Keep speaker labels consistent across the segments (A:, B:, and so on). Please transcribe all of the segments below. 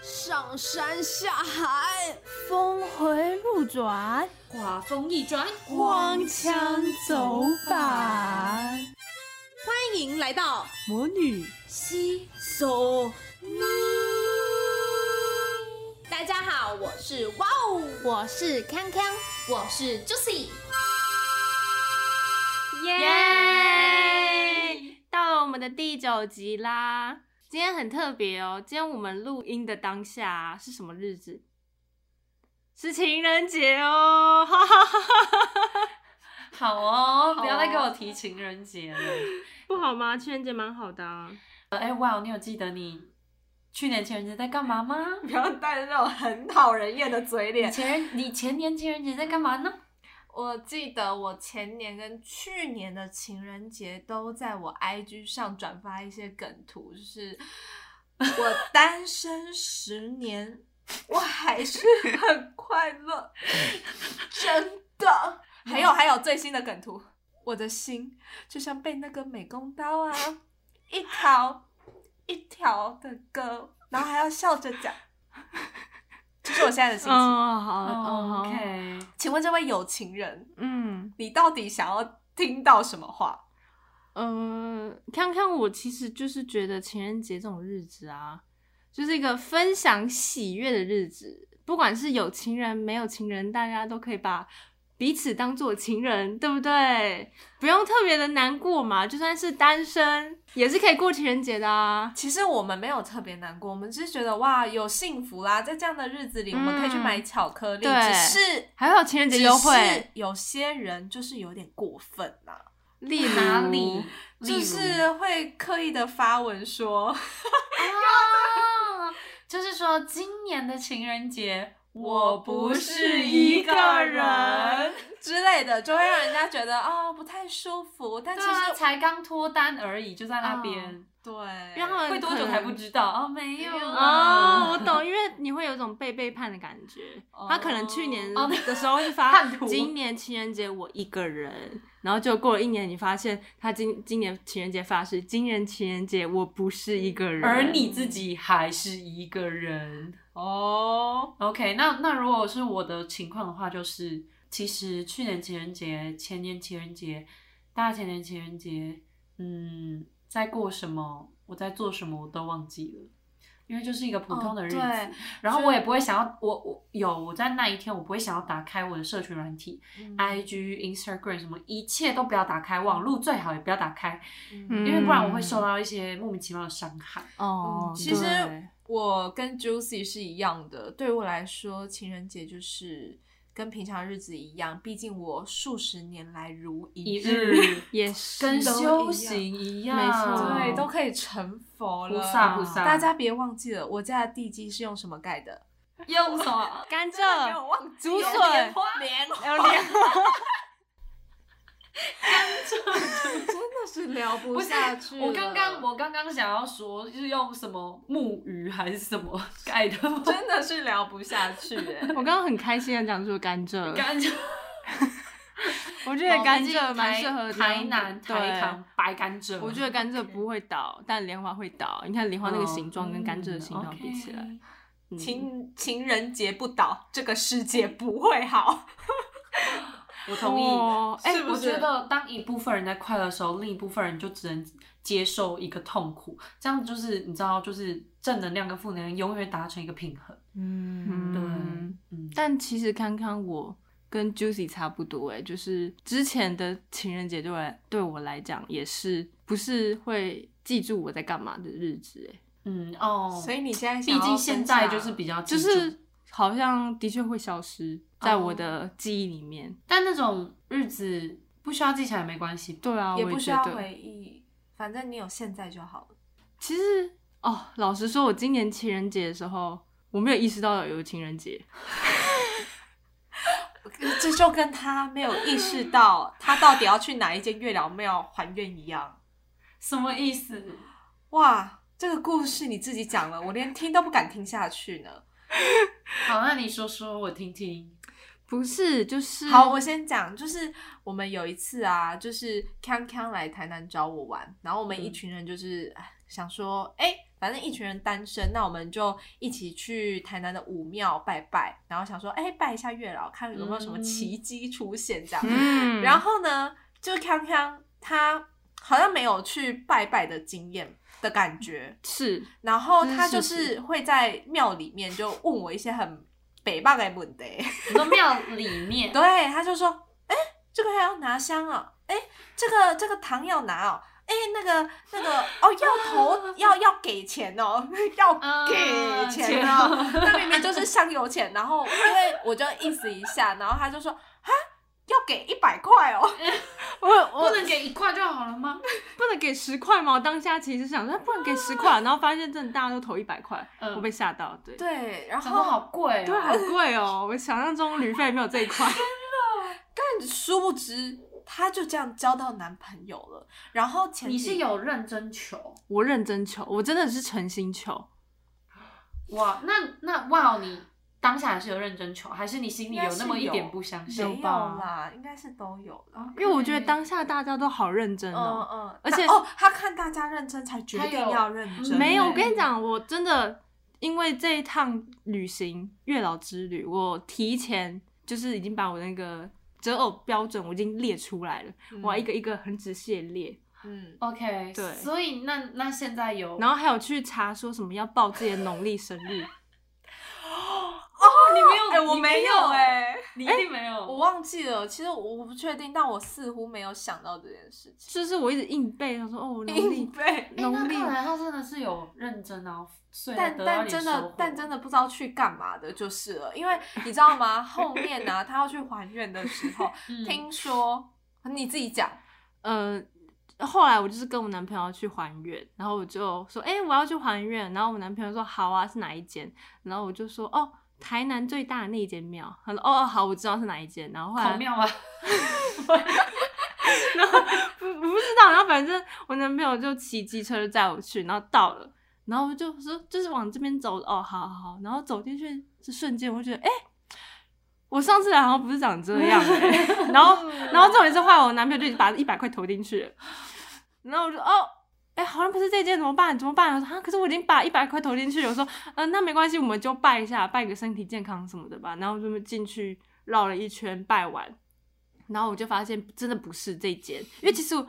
A: 上山下海，
B: 峰回路转，
C: 画风一转，
B: 光枪走板。
A: 欢迎来到
B: 魔女
C: 西。
A: So Me。
C: 大家好，我是哇哦，
B: 我是康康，
C: 我是 Juicy，
D: 耶！到了我们的第九集啦。今天很特别哦，今天我们录音的当下、啊、是什么日子？是情人节哦，哈哈哈哈哈！
E: 好哦，
D: 好哦
E: 不要再给我提情人节了。
D: 不好吗？情人节蛮好的、啊，
E: 呃 哎、哇，你有记得你去年情人节在干嘛 吗？
A: 不要带着那种很讨人厌的嘴
E: 你
A: 脸。
E: 前人，你前年情人节在干嘛呢？
F: 我记得我前年跟去年的情人节都在我 IG 上转发一些梗图，就是我单身十年，我还是很快乐，真的。还
A: 嗯
F: 有还有最新的梗图，我的心就像被那个美工刀啊一条一条的割，然后还要笑着讲，这是我现在的心情。
D: 嗯好
E: 哦 OK，
F: 请问这位有情人，
D: 嗯
F: 你到底想要听到什么话？
D: 呃，看看我其实就是觉得情人节这种日子啊，就是一个分享喜悦的日子，不管是有情人没有情人，大家都可以把彼此当做情人，对不对？不用特别的难过嘛，就算是单身也是可以过情人节的啊。
F: 其实我们没有特别难过，我们只是觉得哇，有幸福啦，在这样的日子里，我们可以去买巧克力。
D: 对
F: 只是
D: 还有情人节优
F: 只是
D: 惠，
F: 有些人就是有点过分啦、
D: 例如
E: 哪里？例
F: 就
E: 如
F: 是会刻意的发文说，
E: 啊，就是说今年的情人节我不是一个 人。
F: 之类的，就会让人家觉得哦不太舒服。但
E: 对
F: 其
E: 啊，
F: 实
E: 才刚脱单而已，就在那边，
F: 对，
D: 然后
E: 会多久才不知道？哦，没有
D: 哦，
E: 啊
D: 我懂，因为你会有一种被背叛的感觉。
F: 哦
D: 他可能去年
E: 哦
D: 的时候是发
E: 叛徒
D: 今年情人节我一个人，然后就过了一年，你发现他今今年情人节发誓，今年情人节我不是一个人，
E: 而你自己还是一个人哦。OK，那那如果是我的情况的话，就是其实去年情人节、前年情人节、大前年情人节，嗯，在过什么，我在做什么，我都忘记了。因为就是一个普通的日子，
F: 哦对
E: 然后我也不会想要，我我有我在那一天，我不会想要打开我的社群软体、i
F: 嗯
E: g Instagram 什么，一切都不要打开，网络最好也不要打开，
D: 嗯，
E: 因为不然我会受到一些莫名其妙的伤害。
D: 哦
F: 嗯，其实
D: 对
F: 我跟 Juicy 是一样的，对我来说，情人节就是跟平常日子一样，毕竟我数十年来如一
E: 一日
D: 也是
E: 嗯跟
F: 都
E: 修
F: 一
E: 行一
D: 没错
F: 对，都
E: 都
F: 可以成佛了。
E: 嗯菩萨菩萨，
F: 大家别忘记了，我家的地基是用什么盖的？
E: 用什么？
D: 甘
F: 没
D: 蔗
F: 有、忘记
D: 竹
F: 用
D: 笋
F: 莲、花，莲 花
D: 还有莲花，
F: 真的是聊不下去了
E: 我刚刚我刚刚想要说，就是用什么木鱼还是什么 盖的？
F: 真的是聊不下去哎。
D: 我刚刚很开心的讲出甘蔗，
E: 甘蔗，
D: 我觉得甘蔗
E: 哦
D: 蛮适合
E: 毕竟台台
D: 当
E: 南台。
D: 对
E: 糖白甘蔗，
D: 我觉得甘蔗不会倒，但莲花会倒。你看莲花那个形状跟甘蔗的形状比起来，
E: 嗯
D: 嗯
F: 情情人节不倒，这个世界不会好。
E: 我同意。
D: 哦
E: 哎、
F: 是不
E: 我
F: 是
E: 觉得当一部分人在快乐的时候，另一部分人就只能接受一个痛苦，这样就是你知道，就是正能量跟负能量永远达成一个平衡。
F: 嗯
D: 嗯
E: 对，嗯，
D: 但其实康康我跟 Juicy 差不多哎、就是之前的情人节对我来对我来讲也是不是会记住我在干嘛的日子哎、
E: 嗯哦，
F: 所以你现在想
E: 毕
F: 要
E: 竟现在
F: 分
E: 就
F: 享
E: 是比较记
D: 就
E: 住
D: 是好像的确会消失在我的记忆里面。
E: 但那种日子不需要记起来没关系。
D: 对啊，
F: 也
D: 我
F: 不需
D: 觉
F: 要
D: 得
F: 回忆，反正你有现在就好了。
D: 其实哦，老实说，我今年情人节的时候，我没有意识到有情人节。
F: 这就跟他没有意识到他到底要去哪一间月老庙还愿一样。
E: 什么意思？
F: 哇，这个故事你自己讲了，我连听都不敢听下去呢。
E: 好，那你说说我听听。
D: 不是，就是
F: 好， 我先讲，就是我们有一次啊，嗯就是康康来台南找我玩，然后我们一群人就是哎想说，哎、反正一群人单身，那我们就一起去台南的武庙拜拜，然后想说，哎、拜一下月老，看有没有什么奇迹出现这样。
D: 嗯
F: 然后呢，就康康他好像没有去拜拜的经验的感觉，
D: 是
F: 然后他
D: 这
F: 嗯就是
D: 事实
F: 是会在庙里面就问我一些很北霸的问题，
E: 你说庙 里面，
F: 对，他就说，哎、这个还要拿香哦，哎、这个这个糖要拿哦。哎、那个那个哦，要投 要要给钱哦， 要
E: 啊
F: 给钱
E: 钱
F: 哦。 那明明就是香油钱，然后因为我就意思一下，然后他就说啊，要给一百块 哦。我
E: 不
F: 我
E: 能给一块就好了吗？
D: 不能给十块吗？我当下其实想说不能给十块，然后发现真的大家都投一百块，
E: 嗯
D: 我被吓到，对。
F: 对，然
E: 想说
F: 后
E: 好贵、哦，
D: 对，好贵哦！我想象中旅费没有这一块，
F: 但殊不知，她就这样交到男朋友了。然后前
E: 你
F: 几
E: 是有认真求
D: 我认真求，我真的是诚心求，
E: 哇？那那哇，哦你当下还是有认真求，还是你心里有那么一点不相
F: 没
E: 信哦
F: 有
E: 吧？
F: 啦，应该是都有了。
D: 因为我觉得当下大家都好认真
F: 嗯
D: 哦。
F: 嗯，
D: 而且嗯
F: 那哦，他看大家认真才决
E: 他
F: 定
E: 有
F: 要认真。
D: 没有，
E: 对
D: 我跟你讲，我真的因为这一趟旅行月老之旅，我提前就是已经把我那个择偶标准我已经列出来了，
F: 嗯
D: 我一个一个很仔细地列，
F: 嗯，
E: OK，
D: 对
E: 所以那那现在有，
D: 然后还有去查说什么要报自己的农历生日，
E: 你没有，
F: 哎，我
E: 你
F: 没有哎，
E: 你一定没有，
F: 我忘记了。其实我不确定，但我似乎没有想到这件事情。
D: 就是我一直硬背，他说哦，我农历
F: 硬背，
E: 哎、
D: 农
E: 那
D: 历
E: 看来他真的是有认真啊，所以才
F: 但
E: 得到
F: 但
E: 你
F: 真
E: 收
F: 的
E: 获
F: 但真的不知道去干嘛的，就是了。因为你知道吗？后面呢，他要去还愿的时候，
E: 嗯
F: 听说你自己讲。
D: 呃，后来我就是跟我男朋友去还愿，然后我就说，哎、我要去还愿，然后我男朋友说，好啊，是哪一间？然后我就说，哦，台南最大的那一间庙。他说，哦，哦好，我知道是哪一间。然后后
E: 好
D: 来
E: 妙 啊！
D: 不我不知道，然后反正我男朋友就骑机车就载我去，然后到了，然后我就说就是往这边走，哦，好好好，然后走进去这瞬间，我就觉得哎。我上次来好像不是长这样、欸，然后，然后重点是后来我男朋友就已经把一百块投进去了，然后我就哦，哎、好像不是这件，怎么办？怎么办？我说啊，可是我已经把一百块投进去了。我说，嗯、那没关系，我们就拜一下，拜个身体健康什么的吧。然后就进去绕了一圈，拜完，然后我就发现真的不是这一间，因为其实我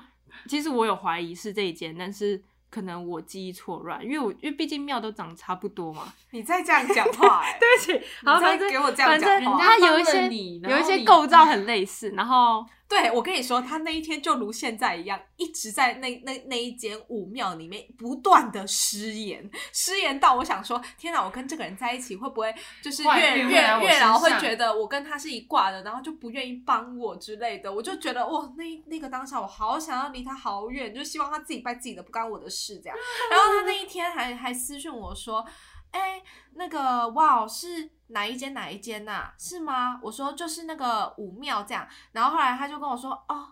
D: 其实我有怀疑是这一间，但是可能我记忆错乱，因为我因为毕竟庙都长差不多 嘛。
F: 你再这样讲话、欸，
D: 对不起，好，
F: 你再
D: 反正
F: 给我这样
D: 反
F: 讲
D: 正
F: 话
D: 它有一
E: 人家帮
D: 些
E: 了你然后
D: 有一些
E: 你嗯
D: 构造很类似，然后
F: 对我跟你说，他那一天就如现在一样，一直在那那那一间武庙里面不断的失言，失言到我想说，天哪，我跟这个人在一起会不会就是
E: 坏
F: 月
E: 运会
F: 月
E: 来我
F: 月老
E: 身
F: 会
E: 上
F: 觉得我跟他是一挂的，然后就不愿意帮我之类的，我就觉得哇，那那个当下我好想要离他好远，就希望他自己拜自己的，不干我的事 这样。然后他那一天还还私讯我说，哎、那个哇哦，是哪一间哪一间呐、是吗？我说就是那个武庙这样。然后后来他就跟我说，哦，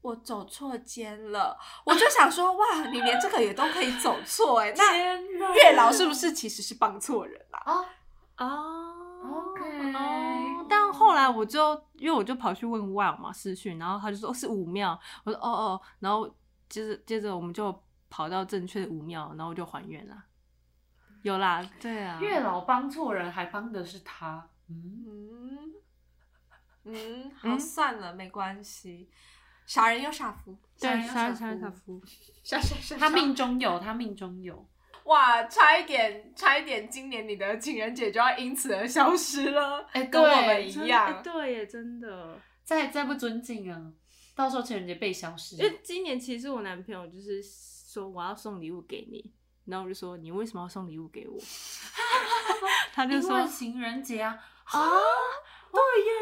F: 我走错间了。我就想说，哇，你连这个也都可以走错哎、那
E: 天哪
F: 月老是不是其实是帮错人啊啦、
E: 哦
D: 哦
E: OK
D: 哦，但后来我就因为我就跑去问 Wow 嘛私讯，然后他就说、哦、是武庙，我说哦哦，然后接着接着我们就跑到正确的武庙，然后我就还愿啦。有啦，对啊，
E: 月老帮错人，还帮的是他。嗯，
F: 嗯嗯，好，
D: 嗯
F: 算了，没关系，傻人有傻福，
D: 对
E: 杀
D: 杀杀
E: 人小
D: 小
E: 夫
D: 夫，
F: 傻傻傻
E: 他命中有，他命中有。
F: 哇，差一点，差一点，今年你的情人节就要因此而消失了，
E: 哎
F: 跟我
E: 对
F: 们
D: 真
F: 一
D: 的
F: 样
D: 哎。对耶，真的。
E: 再再不尊敬啊，到时候情人节被消失
D: 因。为今年其实我男朋友就是说我要送礼物给你，然后我就说你为什么要送礼物给我？ 他就
E: 因
D: 说
E: 为情人节啊，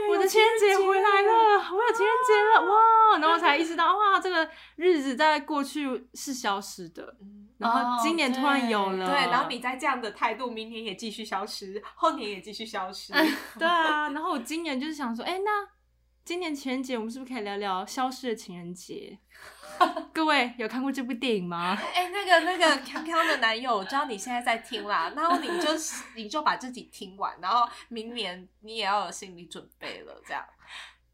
D: 我的情人节回来了，
F: 啊
D: 我有情人节了哇！然后我才意识到哇，这个日子在过去是消失的，
F: 嗯
D: 然后今年突然有了，
F: 哦对，然后你再这样的态度，明年也继续消失，后年也继续消失。
D: 对啊，然后我今年就是想说，哎、那今年情人节我们是不是可以聊聊消失的情人节？ 各位有看过这部电影吗？
F: 哎、那个那个康康的男友，我知道你现在在听啦，然后你就你就把自己听完，然后明年你也要有心理准备了，这样。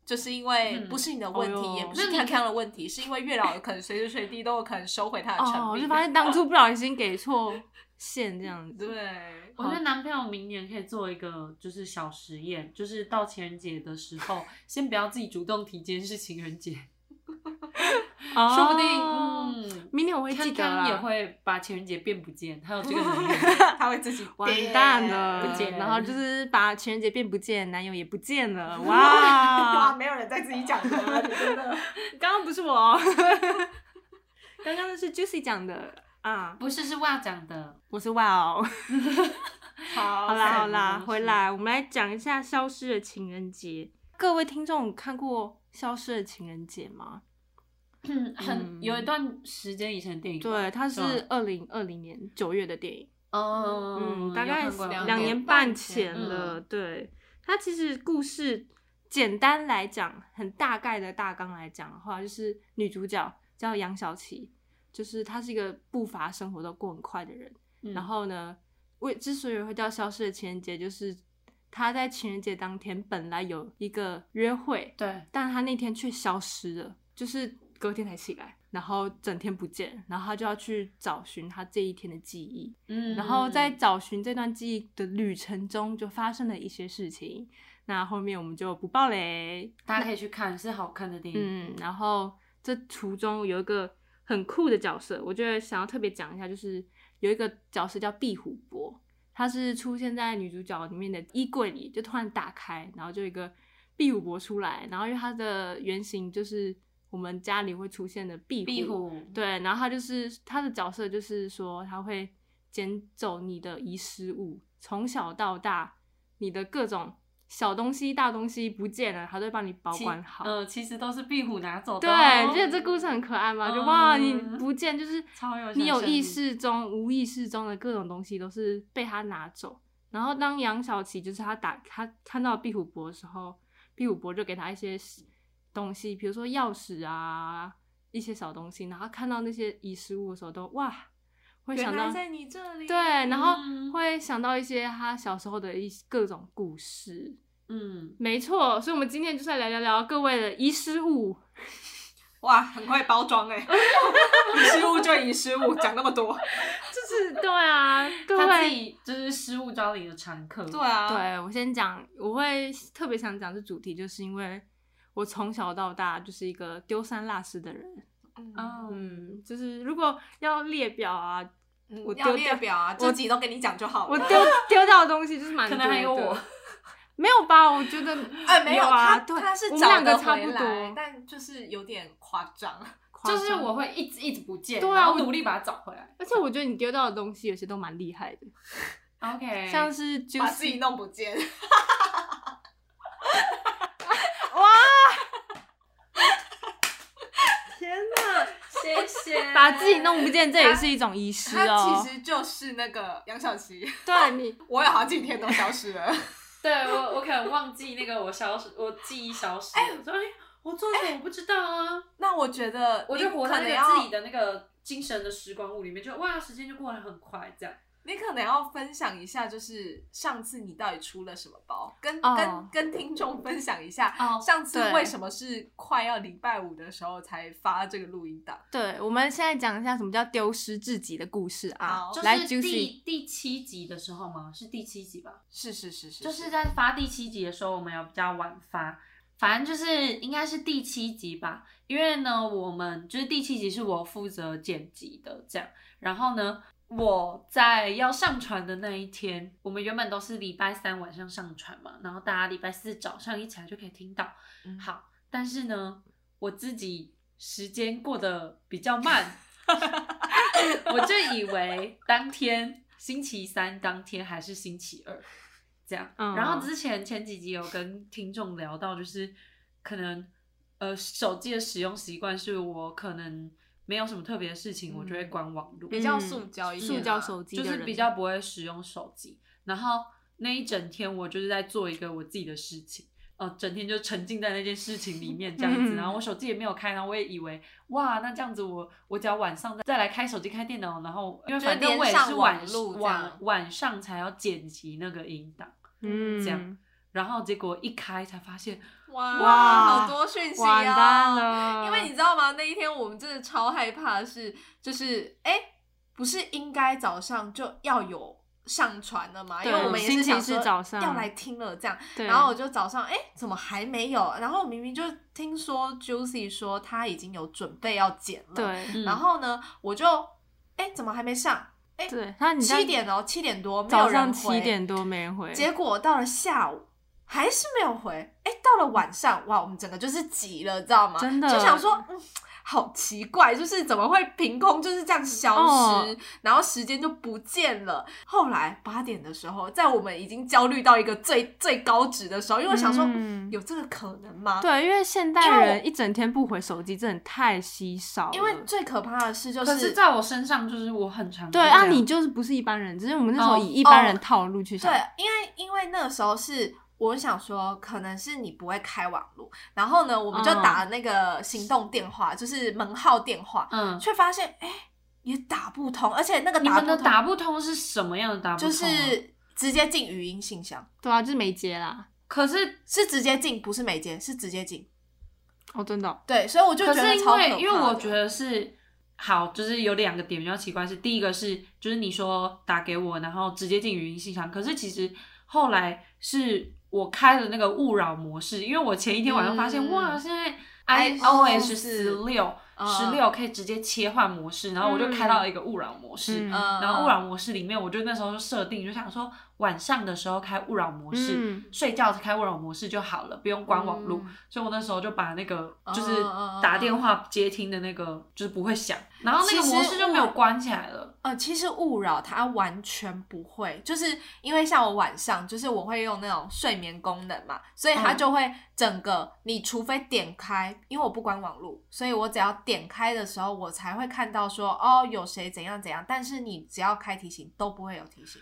F: 就是因为
E: 嗯
F: 不是你的问题，
E: 哦哟
F: 也不是康康的问题，是因为月老有可能随时随地都有可能收回他的
D: 哦，
F: 成
D: 我
F: 品。
D: 就发现当初不小心给错线这样子。
F: 对，
E: 我觉得男朋友明年可以做一个就是小实验，就是到情人节的时候，先不要自己主动提这件事情人节，
D: 哦
E: 说不定嗯，
D: 明年我会记
E: 康
D: 得啦
E: 康也会把情人节变不见，还有 这个能力。
F: 他会自己
D: 完蛋了，
E: 不见
D: 然后就是把情人节变不见，男友也不见了，哇！
F: 哇，没有人在自己讲的，你真的。
D: 刚刚不是我哦， 刚刚那是 Juicy 讲的啊，
E: 不是，是袜讲 的。
D: 我是哇哦。
F: 好
D: 好啦好啦
E: 东，西
D: 回来我们来讲一下《消失的情人节》。各位听众有看过《消失的情人节》吗？
E: 嗯很
D: 嗯
E: 有一段时间以前的电影吧，
D: 对，它
E: 吧
D: 是二零二零年九月的电影，
E: 嗯
D: 嗯，大概
E: 有看过有看过
D: 两年半前
E: 嗯
D: 了。对，它其实故事简单来讲，很大概的大纲来讲的话，就是女主角叫杨小琪，就是她是一个步伐生活都过很快的人。
E: 嗯
D: 然后呢，为之所以会叫消失的情人节，就是她在情人节当天本来有一个约会，
E: 对，
D: 但她那天却消失了，就是隔天才起来，然后整天不见，然后她就要去找寻她这一天的记忆。
E: 嗯
D: 然后在找寻这段记忆的旅程中，就发生了一些事情。那后面我们就不爆雷。
E: 大家可以去看，是好看的电影。
D: 嗯，然后这途中有一个很酷的角色，我觉得想要特别讲一下，就是有一个角色叫壁虎伯，他是出现在女主角里面的衣柜里，就突然打开，然后就有一个壁虎伯出来，然后因为他的原型就是我们家里会出现的壁虎，
E: 壁虎，
D: 对，然后他就是他的角色就是说他会捡走你的遗失物，从小到大你的各种小东西、大东西不见了，他都会帮你保
E: 其
D: 管好。
E: 呃，其实都是壁虎拿走的
D: 对
E: 哦。，
D: 觉得这故事很可爱嘛，就哇，你
E: 嗯
D: 不见就是
E: 超有
D: 你
E: 想
D: 有
E: 象
D: 意
E: 力
D: 识中、无意识中的各种东西都是被他拿走。然后当杨小琪就是他打他看到壁虎伯的时候，壁虎伯就给他一些东西，比如说钥匙啊一些小东西。然后他看到那些遗失物的时候都，哇，会想
F: 原
D: 到
F: 来在你这里。
D: 对，然后
E: 嗯
D: 会想到一些他小时候的一各种故事。
E: 嗯，
D: 没错，所以我们今天就是来聊聊聊各位的遗失物。
F: 哇，很快包装哎、 遗失物就遗失物，讲那么多。
D: 就是对啊，各
E: 他自
D: 位。
E: 己就是失物招领的常客。
F: 对啊，
D: 对我先讲，我会特别想讲这主题，就是因为我从小到大就是一个丢三落四的人。
F: 嗯，
E: 哦，
D: 嗯，就是如果要列表啊，我丢
F: 嗯要
D: 掉
F: 列表啊，这集都给你讲就好了。
D: 我丢 丢掉的东西就是蛮
E: 可
D: 多的。
E: 能还有我，
D: 没有吧？我觉得
F: 哎，没有，
D: 啊，
F: 他
D: 对，
F: 他是
D: 我们
F: 找
D: 两
F: 得
D: 个差
F: 回
D: 不
F: 来，
D: 多，
F: 但就是有点夸张。
D: 夸
E: 就
D: 张
E: 是我。会一直一直不见，
D: 对啊
E: 然后
D: 我
E: 努力把它找回来。
D: 而且我觉得你丢掉的东西有些都蛮厉害的，
E: OK，
D: 像是就
F: 把
D: 是
F: 自己弄不见。
E: 谢 谢
D: 把自己弄不见，这也是一种遗失
F: 他
D: 哦
F: 其。实就是那个杨小琪，
D: 对你，
F: 我有好几天都消失了。
E: 对我，我可能忘记那个我消失，我记忆消失。哎，我说哎，我做什么我不知道啊，
F: 那我觉得
E: 我
F: 你
E: 就活
F: 可
E: 在
F: 能
E: 那
F: 要
E: 个自己的那个精神的时光屋里面，就哇，时间就过得很快，这样。
F: 你可能要分享一下，就是上次你到底出了什么包，跟、
D: 哦
F: 跟跟听众分享一下，
E: 哦
F: 上次
D: 对
F: 为什么是快要礼拜五的时候才发这个录音档？
D: 对，我们现在讲一下什么叫丢失自己的故事啊
F: 好。
E: 就
D: 来
E: 是
D: ，Juicy，
E: 第第七集的时候吗？是第七集吧？
F: 是是是是，
E: 就是在发第七集的时候，我们有比较晚发，反正就是应该是第七集吧。因为呢，我们就是第七集是我负责剪辑的，这样。然后呢，我在要上传的那一天，我们原本都是礼拜三晚上上传嘛，然后大家礼拜四早上一起来就可以听到。
F: 嗯
E: 好，但是呢，我自己时间过得比较慢，我就以为当天星期三当天还是星期二这样。
D: 嗯
E: 然后之前前几集有跟听众聊到，就是可能呃手机的使用习惯是我可能没有什么特别的事情，我就会关网络，
F: 比较塑胶一
D: 嗯
F: 点、
D: 塑胶手机的
E: 就
D: 人，
E: 是比较不会使用手机。然后那一整天我就是在做一个我自己的事情，呃，整天就沉浸在那件事情里面这样子。
D: 嗯
E: 然 后我手机也没有开，然后我也以为哇，那这样子我我只要晚上再再来开手机开电脑，然后因为反正我也是
F: 就是连上
E: 晚
F: 网路这样
E: 晚晚上才要剪辑那个音档，
D: 嗯
E: 这样。然后结果一开才发 现
F: 哇，
E: 哇
F: 好多讯息
E: 完蛋
F: 啊！
E: 了，
F: 因为你知道吗？那一天我们真的超害怕的是，就是哎、诶不是应该早上就要有上传了吗？因
D: 对
F: 为我们也
D: 星
F: 是
D: 期
F: 想
D: 四
F: 说
D: 早上
F: 要来听了这样，
D: 对，
F: 然后我就早上哎、诶怎么还没有？然后明明就听说 Juicy 说他已经有准备要剪了，，
D: 对
E: 嗯
F: 然后呢我就哎、诶怎么还没上？哎、
D: 对，那你在
F: 七点哦，七点多没有
D: 早
F: 人
D: 上
F: 回
D: 七点多没人回，
F: 结果到了下午还是没有回，哎，到了晚上，哇，我们整个就是急了，知道吗？
D: 真的
F: 就想说，嗯，好奇怪，就是怎么会凭空就是这样消失，
D: 哦
F: 然后时间就不见了。后来八点的时候，在我们已经焦虑到一个最最高值的时候，因为我想说，
D: 嗯
F: 有这个可能吗？。
D: 对，因为现
F: 因为
D: 代
F: 我
D: 人一整天不回手机，真的太稀少了。
F: 因为最可怕的事就
E: 可是
F: 是，
E: 在我身上就是我很常
D: 对
E: 这
D: 啊，
E: 样
D: 你就是不是一般人，只是我们那时
E: 哦
D: 候以一般
F: 哦
D: 人套路去想。
F: 对，因为因为那个时候是我想说，可能是你不会开网络，然后呢，我们就
E: 嗯
F: 打那个行动电话，就是门号电话，
E: 嗯，
F: 却发现哎、也打不通，而且那个
E: 你
F: 打
E: 们
F: 不
E: 的
F: 通
E: 打不通是什么样的打不通
F: 就
E: 啊？
F: 是直接进语音信箱，
D: 对啊，就是没接啦。
E: 可是
F: 是直接进，不是每间，是直接进。
D: 哦，真的哦、
F: 对，所以我就
E: 可
F: 觉
E: 是
F: 得
E: 因
F: 超可
E: 为因为我
F: 怕的
E: 觉得是好，就是有两个点比较奇怪是，第一个是就是你说打给我，然后直接进语音信箱，可是其实后来是我开了那个勿扰模式，因为我前一天晚上发现、
F: 嗯
E: 哇，现在
F: 哎
E: iOS
F: 是
E: 十六
F: 嗯
E: 十六可以直接切换模式，然后我就开到一个勿扰模式。
D: 嗯
F: 嗯，
E: 然后勿扰模式里面，我就那时候就设定，就想说晚上的时候开勿扰模式，
D: 嗯
E: 睡觉开勿扰模式就好了，不用关网络。
F: 嗯
E: 所以我那时候就把那个
D: 嗯
F: 哦
E: 就是打电话接听的那个就是不会响，然后那个
F: 其实
E: 模式就没有关起来了。
F: 呃，其实勿扰它完全不会，就是因为像我晚上，就是我会用那种睡眠功能嘛，所以它
E: 嗯
F: 就会整个，你除非点开，因为我不关网络，所以我只要点开的时候，我才会看到说哦有谁怎样怎样，但是你只要开提醒都不会有提醒。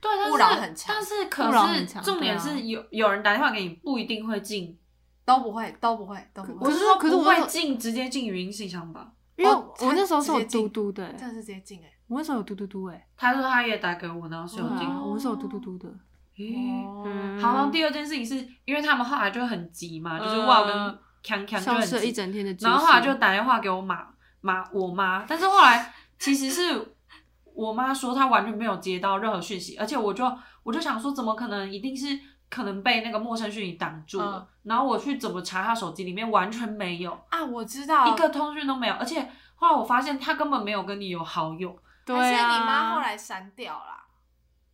E: 对，但是
F: 勿扰很强
E: 但是
D: 勿扰
E: 可是
D: 很强
E: 重点
D: 对啊
E: 是有有人打电话给你不一定会进，
F: 都不会，都不会，都不
E: 我
F: 会。
E: 是说
D: 可是
E: 不
D: 我
E: 会进直接进语音信箱吧。
D: 因为
F: 哦
D: 我那时候是有
F: 直接进
D: 嘟嘟的、
F: 真的是直接进哎、
D: 我那时候有嘟嘟嘟哎、
E: 他说他也打给我，然后是有
D: 对
E: 进。
D: 啊，我那时候有嘟嘟嘟的。
E: 咦
F: 嗯
E: 好，然后第二件事情是因为他们后来就很急嘛，就是
F: 嗯
E: 哇跟强强就
D: 消
E: 很
D: 失了
E: 急
D: 一，整天的知识，
E: 然后后来就打电话给我妈妈我妈，但是后来其实是我妈说她完全没有接到任何讯息，而且我就我就想说怎么可能，一定是可能被那个陌生讯息挡住了，
D: 嗯
E: 然后我去怎么查她手机里面完全没有
D: 哦
F: 啊，我知道
E: 一个通讯都没有，而且后来我发现她根本没有跟你有好友，
D: 对
F: 还是
D: 啊，
F: 你妈后来删掉啦，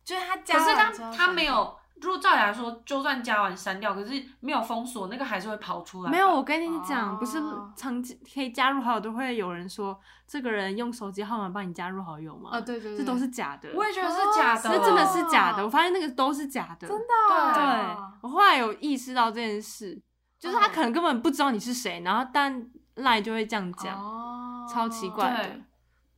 F: 就是她加
E: 可是
F: 完之
E: 她
F: 后
E: 她
F: 删
E: 没
F: 掉。嗯
E: 有。如果照理来说，就算加完删掉，可是没有封锁，那个还是会跑出来吧。
D: 没有，我跟你讲，
F: 哦
D: 不是常见可以加入好友都会有人说，这个人用手机号码帮你加入好友吗？
F: 啊，对对对，
D: 这都是假的，
E: 我也觉得是假的，
D: 这哦真的是假的。
F: 哦
D: 我发现那个都是假的，
F: 真的
E: 对
D: 对
F: 啊、
D: 我后来有意识到这件事，就是他
F: 嗯
D: 可能根本不知道你是谁，然后但赖就会这样
F: 对
D: 讲，
F: 哦
D: 超奇怪的
E: 对。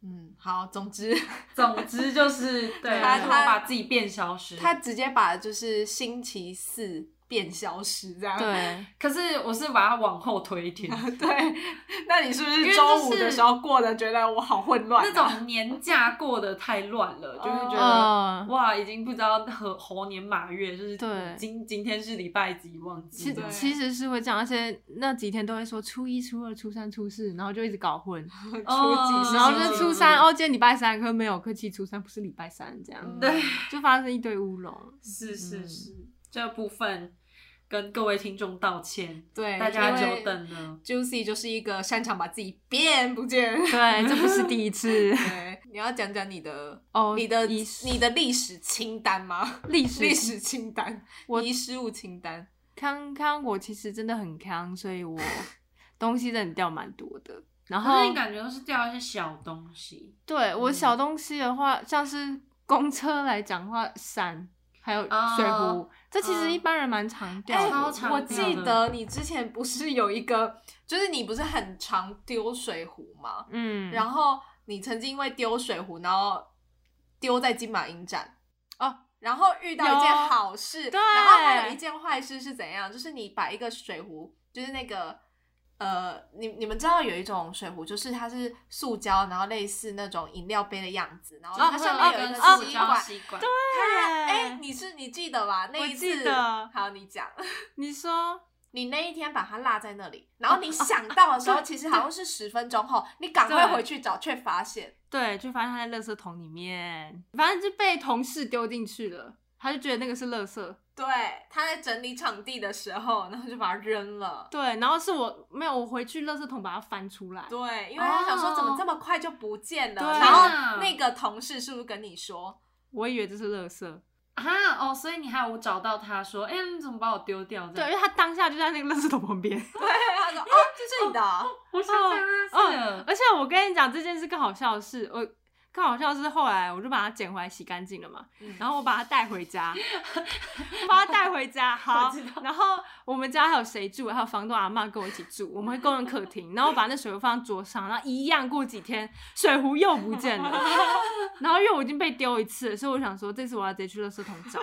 F: 嗯，好，总之
E: 总之就是，对，
D: 他
E: 就是我
F: 他
E: 把自己变消失。
F: 她直接把就是星期四变消失这样。
D: 对，
E: 可是我是把它往后推一点，
F: 对，那你是不
E: 因为这
F: 是周五
E: 是
F: 的时候过的觉得我好混乱啊、
E: 那种年假过得太乱了，就是
F: 哦
E: 觉得。
D: 呃，
E: 哇，已经不知道和猴年马月，就是
D: 对
E: 今今天是礼拜几，忘记
D: 其
E: 了。
D: 其实是会这样，而且那几天都会说初一、初二、初三、初四，然后就一直搞 混，
E: 哦
F: 初几，
D: 然后就是初三哦，今天礼拜三，可是没有，可是其实初三不是礼拜三，这样
F: 嗯
E: 对，
D: 就发生一堆乌 龙。
E: 是是
F: 嗯
E: 是，这部分跟各位听众道歉，
F: 对，
E: 大家
F: 因
E: 久
F: 为
E: 等了。
F: Juicy 就是一个擅长把自己变不见。
D: 对，这不是第一 次
F: 对，你要讲讲你的
D: 哦。
F: 你的
D: 遗失
F: 你的历史清单吗？
D: 历史
F: 历史清单，
D: 我
F: 遗失物清单。
D: 康康，我其实真的很康，所以 我东西真的掉蛮多的。然
E: 可
D: 后
E: 是你感觉都是掉一些小东西
D: 对我
E: 嗯
D: 小东西的话，像是公车来讲的话，伞还有
E: 啊
D: 水壶，这其实
E: 嗯
D: 一般人蛮常掉
E: 哎
D: 的。
E: 超常
F: 我
E: 掉
F: 记
E: 的
F: 得你之前不是有一个，就是你不是很常丢水壶吗？
D: 嗯，
F: 然后你曾经因为丢水壶，然后丢在金马影展
D: 哦，
F: 然后遇到一件
D: 有
F: 好事，
D: 对
F: 然后还有一件坏事是怎样？就是你把一个水壶，就是那个呃，你你们知道有一种水壶，就是它是塑胶，然后类似那种饮料杯的样子，然后
D: 哦
F: 它上面哦有一个吸管。
E: 吸管，
F: 它哎、
D: 耶
F: 你是你记得吧？那
D: 我
F: 一次，
D: 记得
F: 好，你讲，
D: 你说
F: 你那一天把它落在那里，然
D: 哦
F: 后你想到的时候，其实好像是十分钟后，你赶快
D: 对
F: 回去找，却发现
D: 对，就发现他在垃圾桶里面，反正就被同事丢进去了，他就觉得那个是垃圾。
F: 对，他在整理场地的时候，然后就把它扔了。
D: 对，然后是我没有，我回去垃圾桶把它翻出来。
F: 对，因为他想说
D: 哦
F: 怎么这么快就不见了，
D: 对
F: 然后
E: 啊
F: 那个同事是不是跟你说？
D: 我以为这是垃圾，
E: 啊哦，所以你还有找到他说，哎、你怎么把我丢掉？这
D: 对，
E: 样
D: 因，为他当下就在那个垃圾桶旁边。
F: 对，他说哦，这是你的啊，
E: 我想想
F: 哦
E: 啊，
D: 而且我跟你讲这件事更好笑的是，我更好笑的是后来我就把它捡回来洗干净了嘛，然后我把它带回家，把它带回家，好，然后我们家还有谁住，还有房东阿嬷跟我一起住，我们会共用客厅，然后我把那水壶放在桌上，然后一样过几天水壶又不见了，然后因为我已经被丢一次了，所以我想说这次我要直接去垃圾桶找。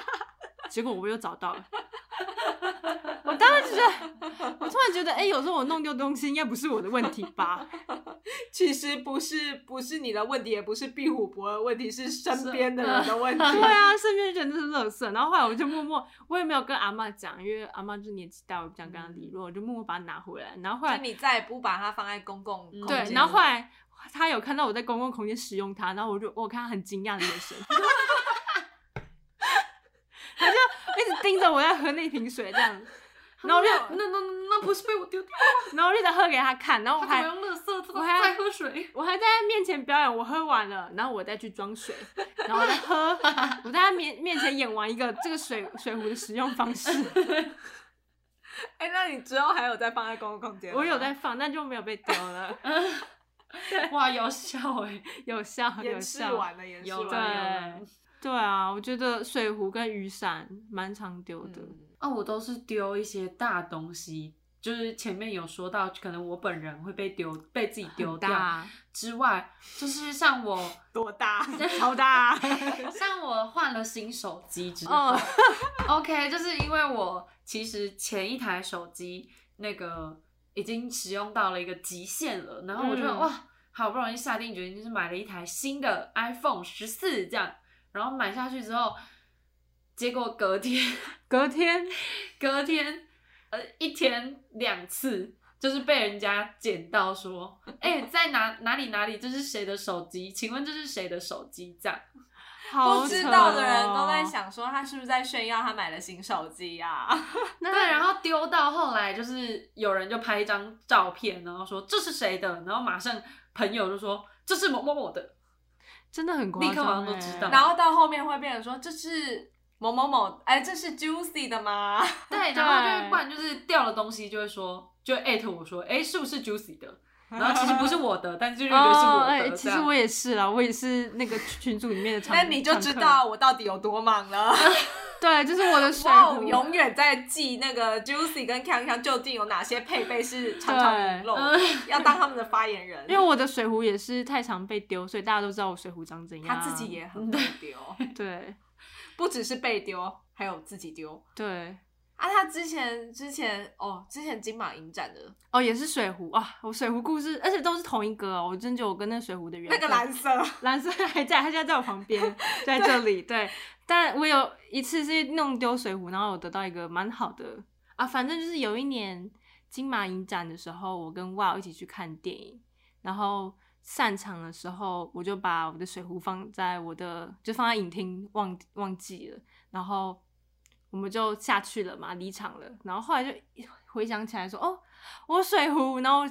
D: 结果我又找到了，我当时就觉得，我突然觉得，哎、有时候我弄丢东西应该不是我的问题吧？
F: 其实不是不是你的问题，也不是壁虎博的问题，是嗯身边的人的问 题。
D: 对啊，身边人就是垃圾。然后后来我就默默，我也没有跟阿嬷讲，因为阿嬷就年纪大，我不想跟她理论，我就默默把它拿回来。然后后
F: 嗯
D: 来，
F: 就你再也不把它放在公共空
E: 嗯
F: 间
D: 对，
F: 里
D: 然后后来她有看到我在公共空间使用它，然后我就我看她很惊讶的眼神， 她就一直盯着我在喝那瓶水这样。然后我就，
E: 那那那那不是被我丢掉，
D: 然后我就在喝给她看，然后我
E: 他怎
D: 还
E: 么用垃圾？他
D: 我还
E: 在喝水。
D: 我还在他面前表演，我喝完了，然后我再去装水，然后我再 喝，我在他面面前演完一个这个水水壶的使用方式，
F: 哎、那你之后还有再放在公共空间吗？
D: 我有在放，但就没有被丢了，
E: 哇，有效哎、
D: 有效有
F: 演示
D: 效。
F: 完了，演 示
E: 有
F: 完了。嗯
E: 啊
D: 对
E: 有啊
D: 对啊，我觉得水壶跟雨伞蛮常丢的。
F: 嗯
E: 啊，我都是丢一些大东西，就是前面有说到，可能我本人会被丢，被自己丢
D: 很
E: 掉
D: 大，
E: 之外，就是像我，
F: 多 大？
D: 超大，
E: 像我换了新手机之后、
D: 嗯，
E: o k 就是因为我其实前一台手机那个已经使用到了一个极限了，然后我就、
D: 嗯
E: 哇，好不容易下定决心，就是买了一台新的 iPhone 十四这样，然后买下去之后，结果隔天。
D: 隔天
E: 隔天，呃，一天两次，就是被人家捡到说，哎、在哪哪里哪里，这是谁的手机？请问这是谁的手机？这样，
D: 好
F: 不知
D: 扯
F: 道的人都
D: 哦
F: 在，想说，他是不是在炫耀他买了新手机啊呀、
D: 那
E: 对，然后丢到后来，就是有人就拍一张照片，然后说这是谁的，然后马上朋友就说这是某某某的，
D: 真的很夸张、欸，
E: 立刻马上都知道
F: 然后到后面会变成说，这是某某某，哎、这是 Juicy 的吗？
E: 对，然后
D: 欸
E: 就会不然就是掉了东西就会说，就艾特我说，哎、是不是 Juicy 的？然后其实不是我的，但是就觉得是我
D: 哦，
E: 的。
D: 哎、其
E: 这
D: 实
E: 样
D: 我也是啦，我也是那个群组里面的常。
F: 那你就知
D: 常客
F: 道我到底有多 忙了。
D: 对，就是我 的水
F: 哇，哦我
D: 壶
F: 永远在记那个 Juicy 跟康康究竟有哪些配备是常常遗漏的，要当他们的发言人。
D: 嗯因为我的水壶也是太常被丢，所以大家都知道我水壶长怎样。
F: 他自己也很会丢，
D: 对
F: 不只是被丢，还有自己丢。
D: 对
F: 啊，他之前之前哦，之前金马影展的
D: 哦，也是水壶啊！我水壶故事，而且都是同一个哦。我真觉得我跟那水壶的缘
F: 那
D: 分。
F: 个蓝色，
D: 蓝色还在，他现在在我旁 边，在这里。对，但我有一次是弄丢水壶，然后我得到一个蛮好的啊，反正就是有一年金马影展的时候，我跟 Wow 一起去看电影，然后散场的时候，我就把我的水壶放在我的，就放在影厅，忘忘记了，然后我们就下去了嘛，离场了，然后后来就回想起来说，哦，我水壶，然后。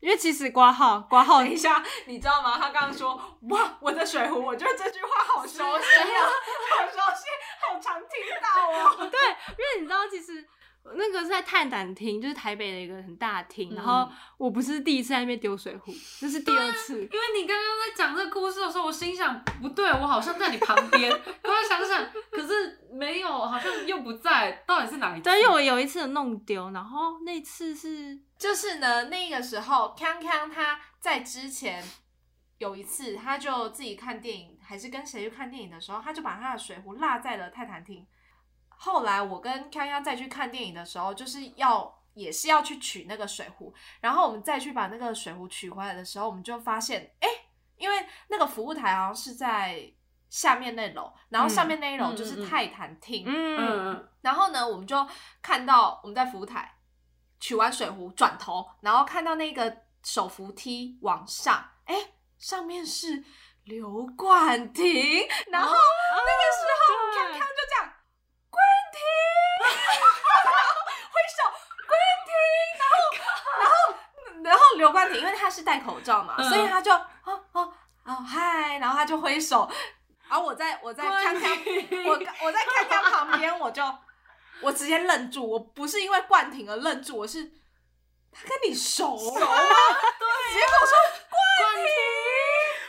D: 因为其实挂号挂号
F: 等一下，你知道吗？他刚刚说哇，我的水壶，我觉得这句话好熟悉啊， 好熟悉，好常听到哦。
D: 对，因为你知道，其实那个是在泰坦厅，就是台北的一个很大的厅。然
F: 嗯
D: 后我不是第一次在那边丢水壶，这是第二次。
E: 因为你刚刚在讲这个故事的时候，我心想不对，我好像在你旁边，后来想想，可是没有，好像又不在，到底是哪一次？
D: 对，因为我有一次弄丢，然后那次是
F: 就是呢，那个时候康康他在之前有一次，他就自己看电影，还是跟谁去看电影的时候，他就把他的水壶落在了泰坦厅。后来我跟康康再去看电影的时候，就是要也是要去取那个水壶，然后我们再去把那个水壶取回来的时候，我们就发现，哎、因为那个服务台好像是在下面那楼，然后上面那一楼就
E: 嗯嗯
F: 是
E: 嗯嗯
F: 泰坦厅，哦
D: 嗯，
E: 嗯
F: 然后呢，我们就看到我们在服务台取完水壶，转头，然后看到那个手扶梯往上，哎，上面是刘冠廷，然后那个时候康康就这样，冠廷，挥手，冠廷，然后然后然后刘冠廷，因为他是戴口罩嘛，
E: 嗯
F: 所以他就哦哦哦嗨，然后他就挥手，然后我在我在康康， 我我在康康旁边，我就我直接愣住，我不是因为冠廷而愣住，我是他跟你熟熟啊，对，结果说
E: 啊
F: 冠廷，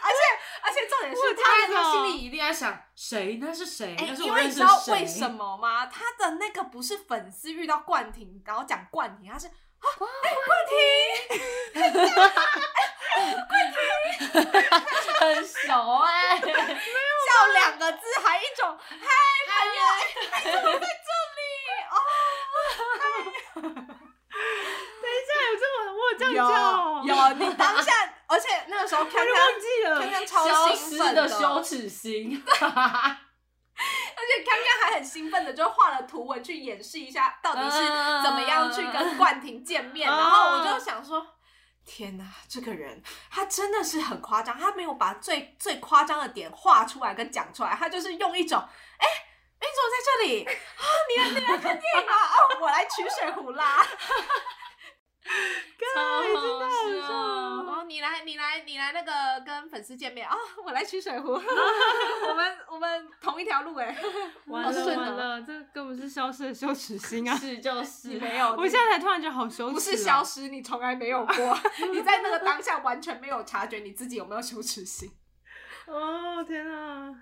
F: 而且而且重点是他
E: 他他心里一定在想谁？那是谁？
F: 哎、
E: 那是
F: 因
E: 我
F: 为
E: 认
F: 你
E: 识
F: 知
E: 的
F: 道
E: 谁？
F: 为什？么吗？他的那个不是粉丝遇到冠廷，然后讲冠廷，他是啊，
E: 哦
F: 哎、冠廷，
E: 很熟哎、
F: 叫两个字，还一种嗨，朋友，哎
D: 这样叫
F: 有你当下，而且那 个时候康康
D: 记
F: 康康
E: 消
F: 超
E: 失
F: 兴奋
E: 的羞
F: 而
E: 耻心。
F: 且康康还很兴奋的就画了图文去演示一下到底是
E: 嗯
F: 怎么样去跟冠廷见面，
D: 嗯
F: 然后我就想说。天哪，这个人他真的是很夸张，他没有把最最夸张的点画出来跟讲出来，他就是用一种，哎、你怎么在这里啊？你来你来看电影啊？哦，我来取水壶啦。
E: 真的很
F: 然后哦你来，你来，你来那个跟粉丝见面啊、我来取水壶。 我们我们同一条路哎、
D: 完
F: 好
D: 了
F: 顺
D: 完
F: 哦
D: 了，这根本是消失的羞耻心啊！
E: 是就是，
F: 没有，
D: 我现在才突然觉得好羞耻、啊，
F: 不是消失，你从来没有 过，你在那个当下完全没有察觉你自己有没有羞耻心。
D: 哦，天啊！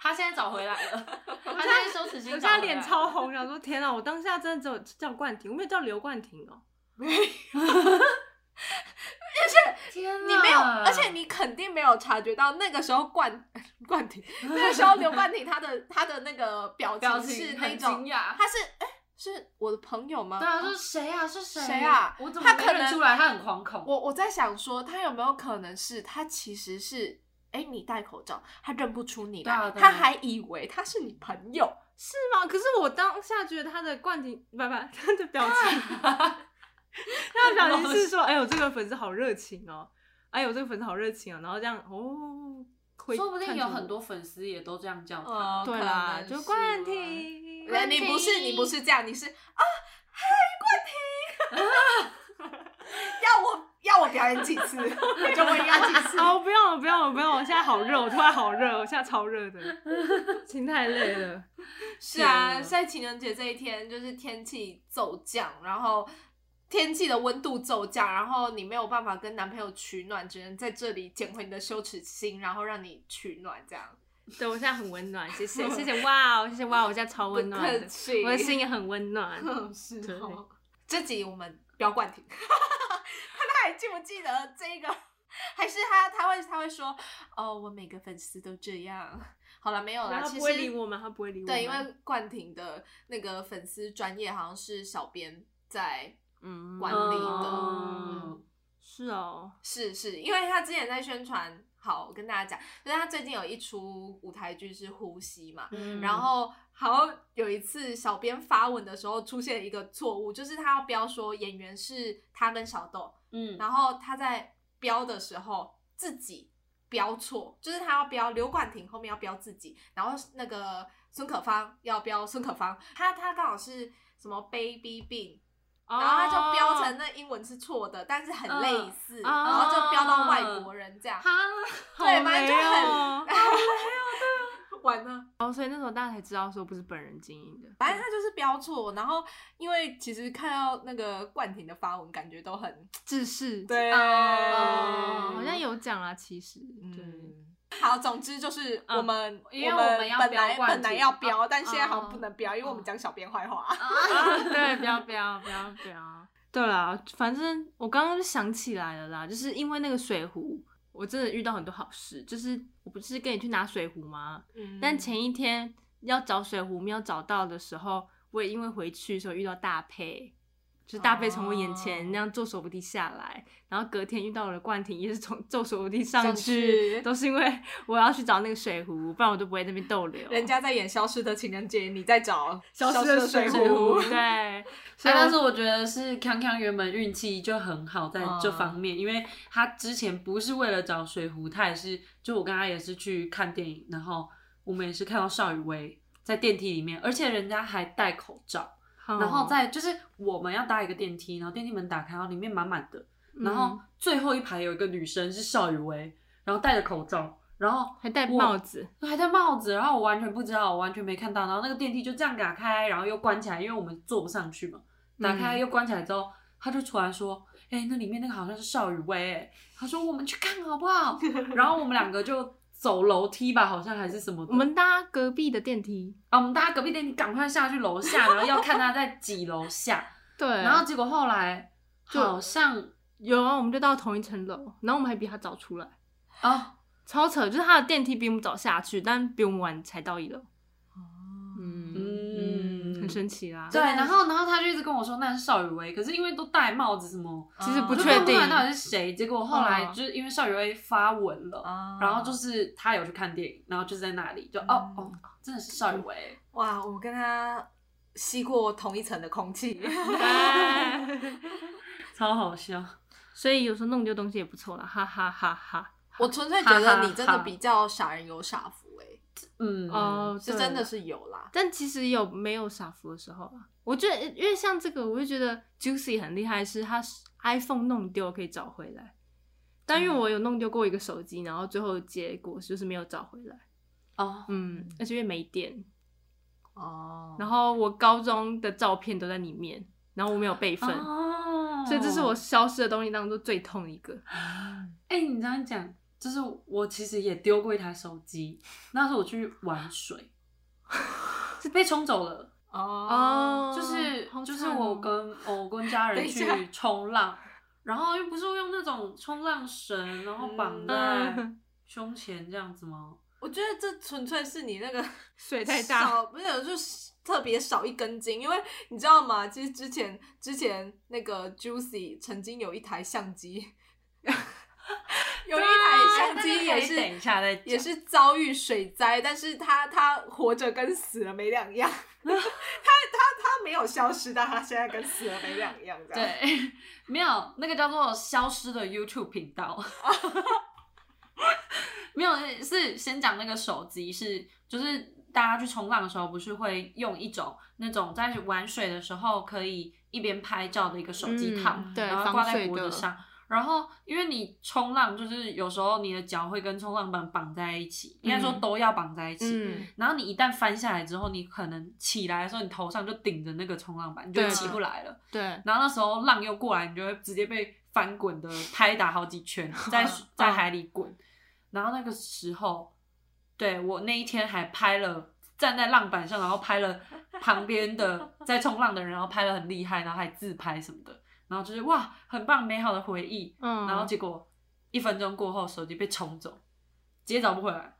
E: 他现在找回来 了，他现在羞耻心
D: 我现
E: 找回来
D: 在
E: 了，
D: 脸超红，想说天啊！我当下真的只有叫冠廷，我没有叫刘冠廷哦。
E: 天哪，
F: 你没有，而且你肯定没有察觉到那个时候冠 冠廷，那个时候刘冠廷他的他的那个表
E: 表
F: 情
E: 情
F: 是
E: 很
F: 那
E: 惊
F: 种，
E: 讶。
F: 他是哎、是我的朋友吗？
E: 对啊，是谁啊？是谁？
F: 谁啊
E: 我怎么
F: 他
E: 没
F: 可
E: 认
F: 能
E: 出来？他很惶恐。
F: 我我在想说，他有没有可能是他其实是，哎、你戴口罩，他认不出你
E: 对啊
F: 来，
E: 对啊
F: 他还以为他是你朋友，
D: 是吗？可是我当下觉得他的冠廷，不不，他的表情， 他的表情是说，哎呦，这个粉丝好热情哦，哎呦，这个粉丝好热情哦，然后这样哦，会
E: 说不定
D: 看
E: 有
D: 着我
E: 很多粉丝也都这样叫他。
F: 嗯
D: 对
F: 可
D: 啦，
F: 能
D: 就是冠
F: 啊
D: 廷，
F: 那你不是
E: 婷
F: 你不是这样，你是啊，嗨，冠廷， 要我要我表演几 次，我就会要几次。
D: 哦，不要了，不要了，不要了！我现在好热，我突然好热，我现在超热的，心太累 了。
F: 是啊，在情人节这一天，就是天气骤降，然后天气的温度骤降，然后你没有办法跟男朋友取暖，只能在这里捡回你的羞耻心，然后让你取暖，这样
D: 对，我现在很温暖，谢谢，谢 谢，哇哦，谢谢，哇哦，我现在超温暖
F: 不
D: 的
F: 客，气，
D: 我的心也很温 暖。
F: 是
D: 对
F: 哦。这集我们不要冠停， 看他还记不记得这个， 还是他他会他会说哦，我每个粉丝都这样。好了，没有啦，
D: 然后
F: 其
D: 他
F: 实
D: 不会理我们，他不会理我们。
F: 对，因为冠廷的那个粉丝专业好像是小编在
D: 嗯
F: 管理的，
E: 哦
F: 嗯，
D: 是哦，
F: 是是，因为他之前在宣传，好，我跟大家讲，就是他最近有一出舞台剧是《呼吸》嘛，
E: 嗯
F: 然后好像有一次小编发文的时候出现一个错误，就是他要标说演员是他跟小豆，
E: 嗯，
F: 然后他在标的时候自己标错，就是他要标刘冠廷后面要标自己，然后那个孙可芳要标孙可芳，他他刚好是什么 baby bean。
D: 然
F: 然后他就标
D: 哦
E: 哦
F: 成那英文是错的，但是很类似，然后就标到外国人这样，
E: 嗯哈，
F: 对，反正就
D: 哦
F: 很，然后完了，
D: 哦，所以那时候大家才知道说不是本人经营的。
F: 反正他就是标错，然后因为其实看到那个冠廷的发文，感觉都很
D: 自是，
F: 对
D: 哦，好像有讲啦，其实对。
F: 嗯。好，总之就是我们，
E: 嗯因为
F: 我
E: 我们要
F: 本
E: 标
F: 来
E: 冠
F: 本来
E: 廷嗯
F: 要标，但现在好
D: 哦
F: 像不能标，因为我们讲小编坏话。
D: 啊，对，不要不要不 要不要。对啦，反正我刚刚就想起来了啦，就是因为那个水壶，我真的遇到很多好事。就是我不
A: 嗯
F: 嗯
D: 是跟你去拿水壶吗？但前一天要找水壶没有找到的时候，我也因为回去的时候遇到大佩，就是大佩从我眼前那样做手扶梯下来，然后隔天遇到了冠廷，也是从 做手扶梯上
F: 上
D: 去，
F: 去
D: 都是因为我要去找那个水壶，不然我就不会在那边逗留。
F: 嗯人家在演《消失的情人节》，你在找《
A: 消失
F: 失
A: 的
F: 的水
A: 水
F: 壶
A: 壶》。
E: 嗯
D: 对，所
E: 哎，
D: 以
E: 但是
D: 我
E: 我觉得是康康原本运气就很好在
D: 哦
E: 这方面，因为他之前不是为了找水壶，他也是就我跟他也是去看电影，然后我们也是看到邵雨薇在电梯里面，而且人家还戴口罩，
D: 哦
E: 然
D: 嗯
E: 后再就是我们要搭一个电梯，然后电梯门打开，然后里面满满的，
D: 嗯
E: 然后最后一排有一个女生是邵雨薇，然后戴着口罩，然后
D: 还戴
E: 我
D: 帽子，
E: 还戴帽子，然后我完全不知道，我完全没看到。然后那个电梯就这样打开，然后又关起来，因为我们坐不上去嘛。打开
D: 嗯
E: 又关起来之后，他就突然说：“哎、那里面那个好像是邵雨薇。”哎，他说：“我们去看好不好？” 然后我们两个就走楼梯吧，好像还是什么的。
D: 我们搭隔壁的电梯，
E: 啊，我们搭隔壁电梯，赶快下去楼下，然后要看他在几楼下。
D: 对，
E: 然后结果后来
D: 就
E: 好像
D: 有啊，我们就到同一层楼，然后我们还比他早出来，
E: 啊，
D: 超扯，就是他的电梯比我们早下去，但比我们晚才到一楼，嗯
E: 嗯，
D: 很神奇啦。
E: 对，然后然后他就一直跟我说那是邵雨薇，可是因为都戴帽子什么，
D: 其实
A: 嗯
D: 不
E: 我就
D: 确
E: 看不出
D: 定
E: 来到底是谁。结果后来
D: 嗯
E: 就是因为邵雨薇发文了，
F: 啊
E: 然后就是他有去看电影，然后就在那里就哦哦，真的是邵雨薇，
F: 哇，我跟他吸过同一层的 空气。
D: 对，
E: 超好笑。
D: 所以有时候弄丢东西也不错啦，哈哈哈哈。
F: 我纯粹觉得你真
E: 哈哈
F: 的
E: 哈
F: 比较傻人有傻福哎、
E: 嗯，
D: 哦，
F: 是
D: 对
F: 真的是有啦。
D: 但其实有没有傻福的时候啊？我觉得，因为像这个，我就觉得 Juicy 很厉害，是他 iPhone 弄丢可以找回来。但因为我有弄丢过一个手机，然后最后结果就是没有找回来。
E: 哦，
D: 嗯，而且因为没电，
F: 哦，
D: 然后我高中的照片都在里面，然后我没有备份，
E: 哦
D: 所以这是我消失的东西当中最痛的一个。
E: 哎、你这样讲，就是我其实也丢过一台手机，那时候我去玩水，是被冲走了。
F: 哦，
E: 就是
D: 好
E: 就是
D: 惨哦
E: 我跟我跟家人
F: 等一下
E: 去冲浪，然后又不是用那种冲浪绳，然后绑在
D: 嗯，
E: 胸前这样子吗？
F: 我觉得这纯粹是你 那个
D: 水太大，
F: 少，不是就是特别少一根筋，因为你知道吗？其实之前之前那个 Juicy 曾经有一台相机， 有一
E: 啊
F: 台相机也是
E: 等一下再
F: 也是遭遇水灾，但是他他活着跟死了没两样， 他他他没有消失，但他现在跟死了没两样，这样。
E: 对， 没有那个叫做消失的 YouTube 频道。 没有，是先讲那个手机，是就是大家去冲浪的时候，不是会用一种那种在玩水的时候可以一边拍照的一个手机套，
D: 嗯对
E: 然后
D: 防
E: 挂在
D: 水
E: 脖子
D: 的
E: 上。然后，因为你冲浪，就是有时候你的脚会跟冲浪板绑在一起，应该说
D: 嗯
E: 都要绑在一起。
D: 嗯，
E: 然后你一旦翻下来之后，你可能起来的时候，你头上就顶着那个冲浪板，你就
D: 对啊
E: 起不来了。
D: 对，
E: 然后那时候浪又过来，你就会直接被翻滚的拍打好几 圈，
D: 嗯
E: 在在海里滚。然后那个时候，对我那一天还拍了站在浪板上，然后拍了旁边的在冲浪的人，然后拍了很厉害，然后还自拍什么的，然后就是哇，很棒美好的回忆。
D: 嗯，
E: 然后结果一分钟过后，手机被冲走，直接找不回来。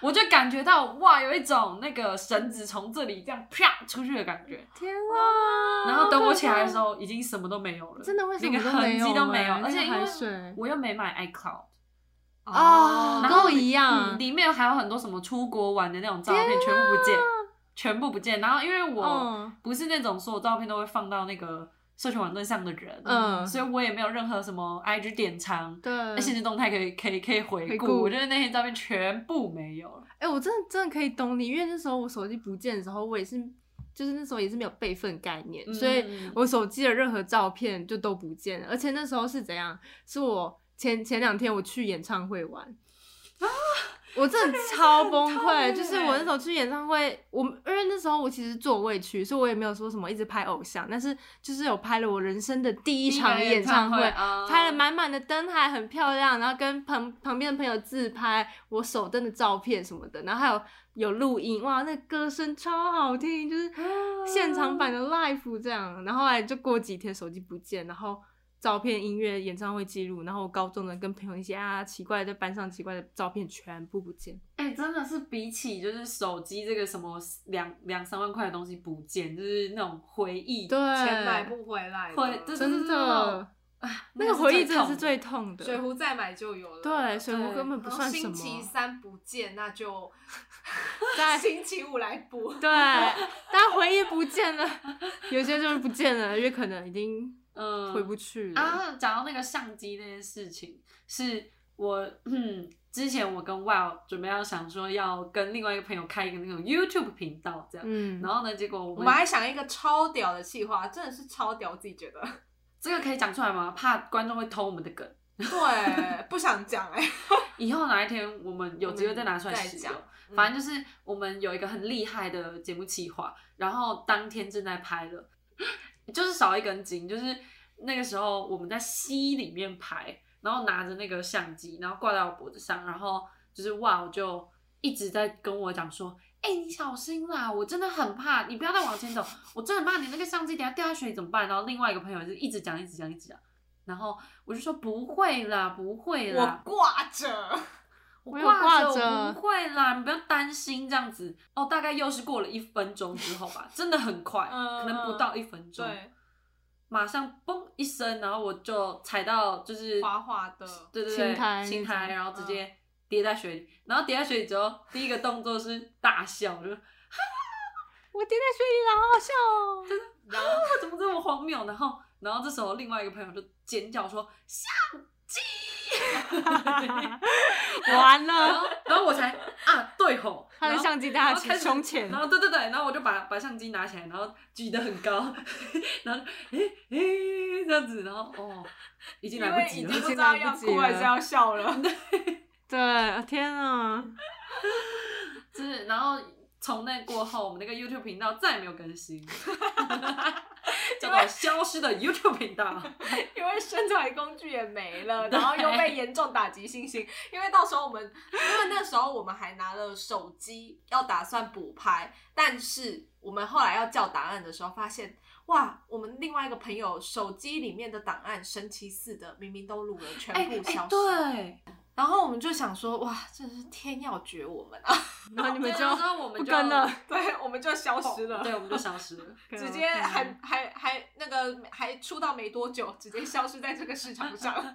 E: 我就感觉到哇，有一种那个绳子从这里这样啪出去的感觉。
D: 天啊！
E: 然后等我起来的时候，已经什么都没有了，
D: 真的会什么
E: 那个
D: 都没
E: 痕
D: 有
E: 迹都没有，
D: 欸
E: 而且因
D: 那个
E: 为
D: 海水
E: 我又没买 iCloud，
D: 啊，
E: 然
D: 跟
E: 后
D: 我一样啊
E: 嗯，里面还有很多什么出国玩的那种照片，全部不见，全部不见。然后因为我
D: 嗯
E: 不是那种所有照片都会放到那个社群网站上的人，
D: 嗯
E: 所以我也没有任何什么 IG 典藏。
D: 对，而
E: 现实动态可以可以可以回
D: 回
E: 顾，
D: 顾
E: 我觉得那些照片全部没有了。
D: 哎、我真的真的可以懂你，因为那时候我手机不见的时候，我也是，就是那时候也是没有备份概念，所以
E: 嗯
D: 我手机的任何照片就都不见了。而且那时候是怎样？是我前前两天我去演唱会玩，啊我真的超崩溃。就是我那时候去演唱会，我因为那时候我其实座位区，所以我也没有说什么一直拍偶像，但是就是有拍了我人生的第一场演唱会，拍了
E: 吗？
D: 满满的灯海，很漂亮，然后跟旁旁边的朋友自拍我手灯的照片什么的，然后还有有录音，哇，那歌声超好听，就是现场版的 live 这样。然后后来就过几天手机不见，然后照片、音乐、演唱会记录，然后我高中的跟朋友一些啊奇怪在班上奇怪的照片全部不见。
E: 哎、真的是比起就是手机这个什么两两三万块的东西不见，就是那种回忆，啊
D: 对，
F: 钱买不回来了，
E: 回对对
D: 真
E: 对对
D: 的，哦那个回忆真的是最痛的。
F: 水壶再买就有了。
D: 对，水壶
E: 对
D: 根本不
F: 然后
D: 算什
F: 星期
D: 么。
F: 三不见，那就
D: 在
F: 星期五来补。
D: 对，但回忆不见了，有些就是不见了，因为可能已经
E: 嗯
D: 回不去了。
E: 啊，讲到那个相机那件事情，是我嗯，之前我跟 Wow 准备要想说要跟另外一个朋友开一个那种 YouTube 频道这样，
D: 嗯，
E: 然后呢，结果我
F: 我
E: 们
F: 们还想一个超屌的计划，真的是超屌，我自己觉得。
E: 这个可以讲出来吗？怕观众会偷我们的梗。
F: 对， 不想讲哎、
E: 以后哪一天我们有机会再拿出来
F: 我们
E: 使
F: 再
E: 用
F: 讲。嗯
E: 反正就是我们有一个很厉害的节目企划，然后当天正在拍了， 就是少一根筋，就是那个时候我们在溪里面拍，然后拿着那个相机，然后挂在我脖子上，然后就是哇，我就一直在跟我讲说。哎、你小心啦！我真的很怕，你不要再往前走，我真的很怕你那个相机等下掉下水里怎么办？然后另外一个朋友就一直讲，一直讲，一直讲，然后我就说不会啦，不会啦，
F: 我挂 着，
E: 我
D: 我有
E: 挂
D: 挂着
E: 我不会啦，你不要担心这样子。哦，大概又是过了一分钟之后 吧，真的很快，
F: 嗯
E: 可能不到一分钟，
F: 对，
E: 马上嘣一声，然后我就踩到就是
F: 滑滑的嗯
E: 对对
D: 青苔
E: 对，
D: 那
E: 青苔，
D: 种
E: 然后直接跌在水里，然后跌在水里之后，第一个动作是大笑， 我就
D: 我跌在水里了，好好笑哦。
E: 然后啊怎么这么荒谬？然后，然后这时候另外一个朋友就尖叫说相机，
D: 完
E: 然
D: 了，
E: 后然后我才啊对吼，
D: 他
E: 然
D: 的
E: 后
D: 相机在
E: 然
D: 他
E: 后开
D: 前
E: 始
D: 胸前
E: 然。后对对对，然后我就把把相机拿起来，然后举得很高， 然后诶诶这样子，然后哦，已经来不及
F: 因
E: 了
F: 为已。经不知
D: 已
F: 道
D: 经来
F: 要
D: 不及
F: 哭还
D: 了
F: 是要笑了。
D: 对，天啊！
E: 就是然后从那过后，我们那个 YouTube 频道再也没有 更新，叫做消失的 YouTube 频道。
F: 因为生产工具也 没了，然后又被严重打击信心。因为到时候我们，因为那时候我们还拿了手机要打算补拍，但是我们后来要叫档案的时候，发现哇，我们另外一个朋友手机里面的档案神奇似的，明明都录了，全
E: 哎
F: 部消
E: 哎，
F: 失。
E: 对，
F: 然后我们就想说，哇，真是天要绝我们 啊！
D: 然后你们
E: 对
D: 就
E: 那时候我们
D: 不
E: 就
D: 跟了，
F: 对，我们就消失了。
E: 对，我们就消失了。
F: 直接
D: 嗯
F: 还还还那个还出道没多久，直接消失在这个市场 上。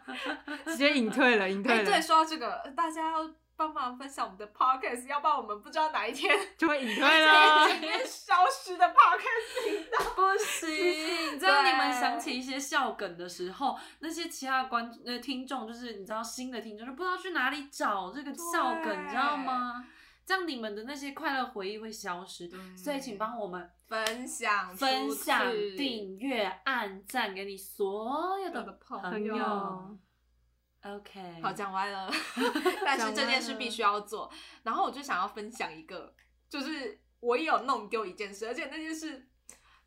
D: 直接隐退了，隐
F: 哎、
D: 退了
F: 对，，说到这个，大家要帮忙分享我们的 podcast，要不然我们不知道哪一天
D: 就会隐退了。
F: 今天消失的 podcast 频道。
E: 不 行，只有你们想起一些笑梗的时候，那些其他观呃听众，就是你知道新的听众就不知道去哪里找这个笑
F: 对嗯
E: 梗，你知道吗？这样你们的那些快乐回忆会消失，所以请帮我们
F: 分享出去
E: 分享、订阅、按赞给你所有
F: 我
E: 的
F: 的
E: 朋
F: 朋
E: 友
F: 友。
E: OK，
F: 好，讲歪了，但是这件事必须要做。然后我就想要分享一个，就是我也有弄丢一件事，而且那件事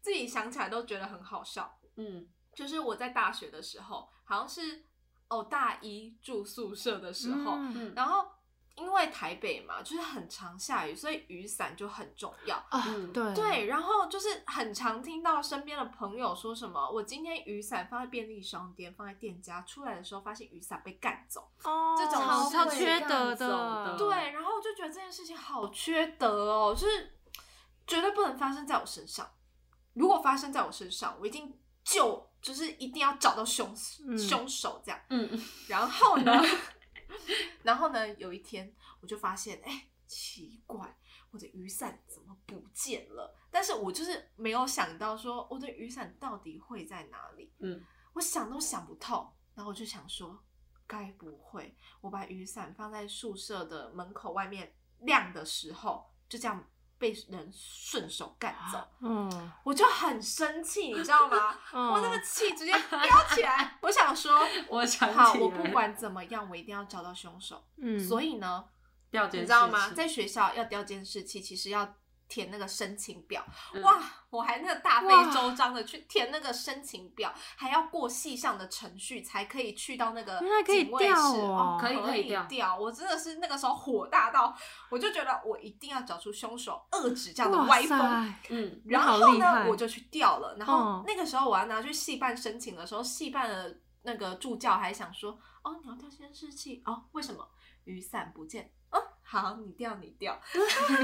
F: 自己想起来都觉得很好笑。
E: 嗯，
F: 就是我在大学的时候，好像是哦大一住宿舍的时候，
D: 嗯
E: 嗯
F: 然后因为台北嘛，就是很常下雨，所以雨伞就很重要。
D: 啊
E: 嗯
D: 对
F: 对，然后就是很常听到身边的朋友说什么，我今天雨伞放在便利商店，放在店家，出来的时候发现雨伞被干走。
D: 哦
F: 这种
D: 超
F: 是
D: 超
F: 会
D: 缺
E: 这
D: 德
E: 样走的
D: 的，
F: 对，然后我就觉得这件事情好缺德哦，就是绝对不能发生在我身上。如果发生在我身上，我一定就就是一定要找到凶
D: 嗯
F: 凶手这样。
E: 嗯嗯
F: 然后呢，然后呢，有一天我就发现，哎、奇怪，我的雨伞怎么不见了？但是我就是没有想到说我的雨伞到底会在哪里，
E: 嗯，
F: 我想都想不透。然后我就想说，该不会我把雨伞放在宿舍的门口外面晾的时候，就这样被人顺手干走？
D: 嗯，
F: 我就很生气，你知道吗？
D: 嗯
F: 我那个气直接飙起来，我想说，
E: 我想
F: 好，
E: 起
F: 我不
E: 来
F: 管怎么样，我一定要找到凶手。
D: 嗯，
F: 所
D: 以
F: 以呢，
E: 掉
F: 你
E: 监视器，
F: 知道
E: 嗯
F: 吗？在学校要调监视器，其实要填那个申请表。
E: 嗯
F: 哇，我还那个大费
D: 哇
F: 周章的去填那个申请表，还要过系上的程序才可以去到那个
D: 原来可以
F: 警卫室
D: 调哦，
F: 哦
E: 可以可
F: 可
E: 以
F: 以
E: 调
F: 调。我真的是那个时候火大到，我就觉得我一定要找出凶手，遏制这样的歪风。
E: 嗯
D: 你
F: 然
D: 好
F: 后
D: 厉
F: 呢
D: 害，
F: 我就去调了。然后
D: 嗯
F: 那个时候我要拿去戏办申请的时候，戏办的那个助教还想说，哦，你要掉监视器哦，为什么雨伞不见？哦，好，你掉你 掉，嗨，有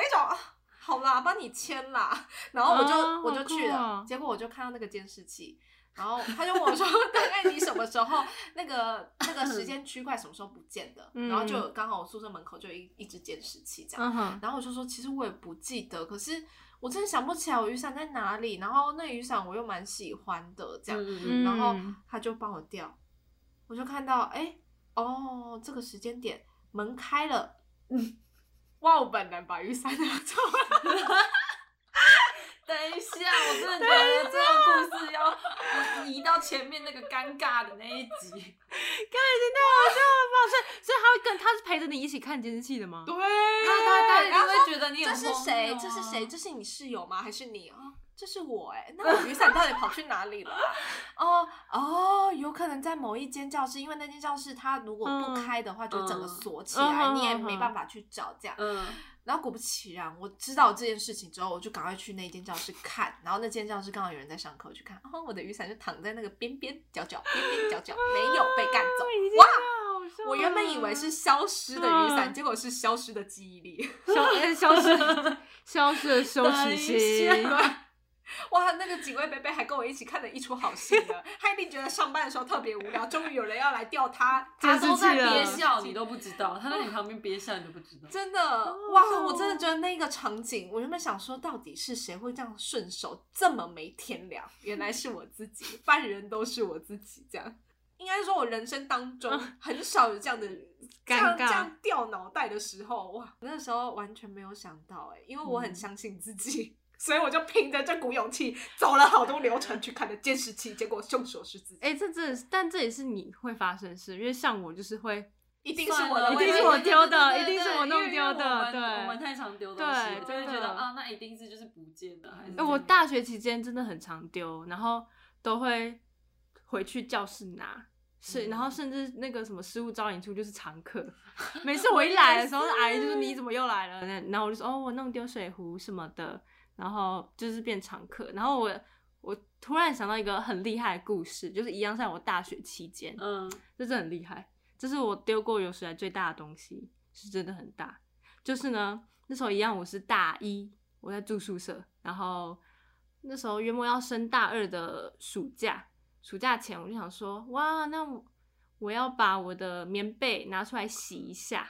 F: 一种啊好啦，帮你签啦。然后我就、
D: 啊
F: 我就
D: 好酷
F: 去了，
D: 哦
F: 结果我就看到那个监视器。然后他就问我说：“大概你什么时候那个那个时间区块什么时候不见的？”
D: 嗯
F: 然后就有刚好我宿舍门口就有一一只监视器这样。
D: 嗯哼，
F: 然后我就说，其实我也不记得，可是我真的想不起来我雨伞在哪里。然后那雨伞我又蛮喜欢的，这样，
E: 嗯
F: 然后
D: 嗯
F: 他就帮我调，我就看到，哎、哦，这个时间点门开了，哇，我本人把雨伞拿走了，
E: 等一下，我真的觉得这个故事要移到前面那个尴尬的那一集。
D: 所以他会跟他是陪着你一起看监视器的吗？
F: 啊
E: 他他他一定
F: 然后
E: 会觉得你
F: 这
E: 很啊
F: 是谁？
D: 啊
F: 这是谁？这是你室友吗？还是你啊、哦这是我哎、那我雨伞到底跑去哪 里了啊？哦哦，有可能在某一间教室，因为那间教室它如果不开的话，就整个
E: 嗯
F: 锁起来，
D: 嗯
F: 你也
D: 嗯
F: 没
D: 嗯
F: 办法去找这样。
E: 嗯，
F: 然后果不其然，我知道这件事情之后，我就赶快去那间教室看，然后那间教室刚好有人在上课，我去看，哦，我的雨伞就躺在那个边边角角、边边角角，没有被干 走。哇！
D: 啊
F: 我原本以为是消失的雨伞，
D: 嗯
F: 结果是消失的记忆力。
D: 消呃消失消失的羞耻
E: 等一
D: 心
E: 下。
F: 哇，那个警卫贝贝还跟我一起看了一出好戏呢，他一定觉得上班的时候特别无聊，终于有人要来钓他，
E: 他
D: 监
E: 都
D: 视
E: 在
D: 器
E: 憋
D: 啊，
E: 笑，你都不知道，他在你旁边憋笑，你都不知道。
F: 真的
D: 哦
F: 哇！我真的觉得那个场景，我原本想说，到底是谁会这样顺手，这么没天良？原来是我自己，犯人都是我自己，这样。应该说，我人生当中很少有 这样的这
D: 嗯
F: 样
D: 尴尬
F: 这样掉脑袋的时候，哇！那时候完全没有想到、哎，因为
D: 嗯
F: 我很相信自己， 所以我就凭着这股勇气走了好多流程去看了监视器，结果凶手是自己，
D: 哎、这真的是，但这也是你会发生的事，因为像我就是会，
F: 一定是我
E: 算
F: 的
E: 了
F: 问
D: 一
F: 题，
D: 定是 我丢的
E: 对对对
D: 一定是我弄丢的
E: 因为我们
D: 对
E: 我们太常丢东西，
D: 对
E: 就会觉
D: 真
E: 得
D: 的
E: 啊，那一定是就是不见的，还是
D: 呃我大学期间真的很常丢，然后都会回去教室拿。是，
E: 嗯
D: 然后甚至那个什么失物招领处就是常 客，每次我一来的时候，阿姨就说你怎么又来了？那然后我就说哦，我弄丢水壶什么的，然后就是变常客。然后我我突然想到一个很厉害的故事，就是一样在我大学期间，
E: 嗯
D: 这真的很厉害，这是我丢过有史以来最大的东西，是真的很大。就是呢，那时候一样，我是大一，我在住宿舍，然后那时候约莫要升大二的暑假，暑假前我就想说，哇，那我我要把我的棉被拿出来洗一下。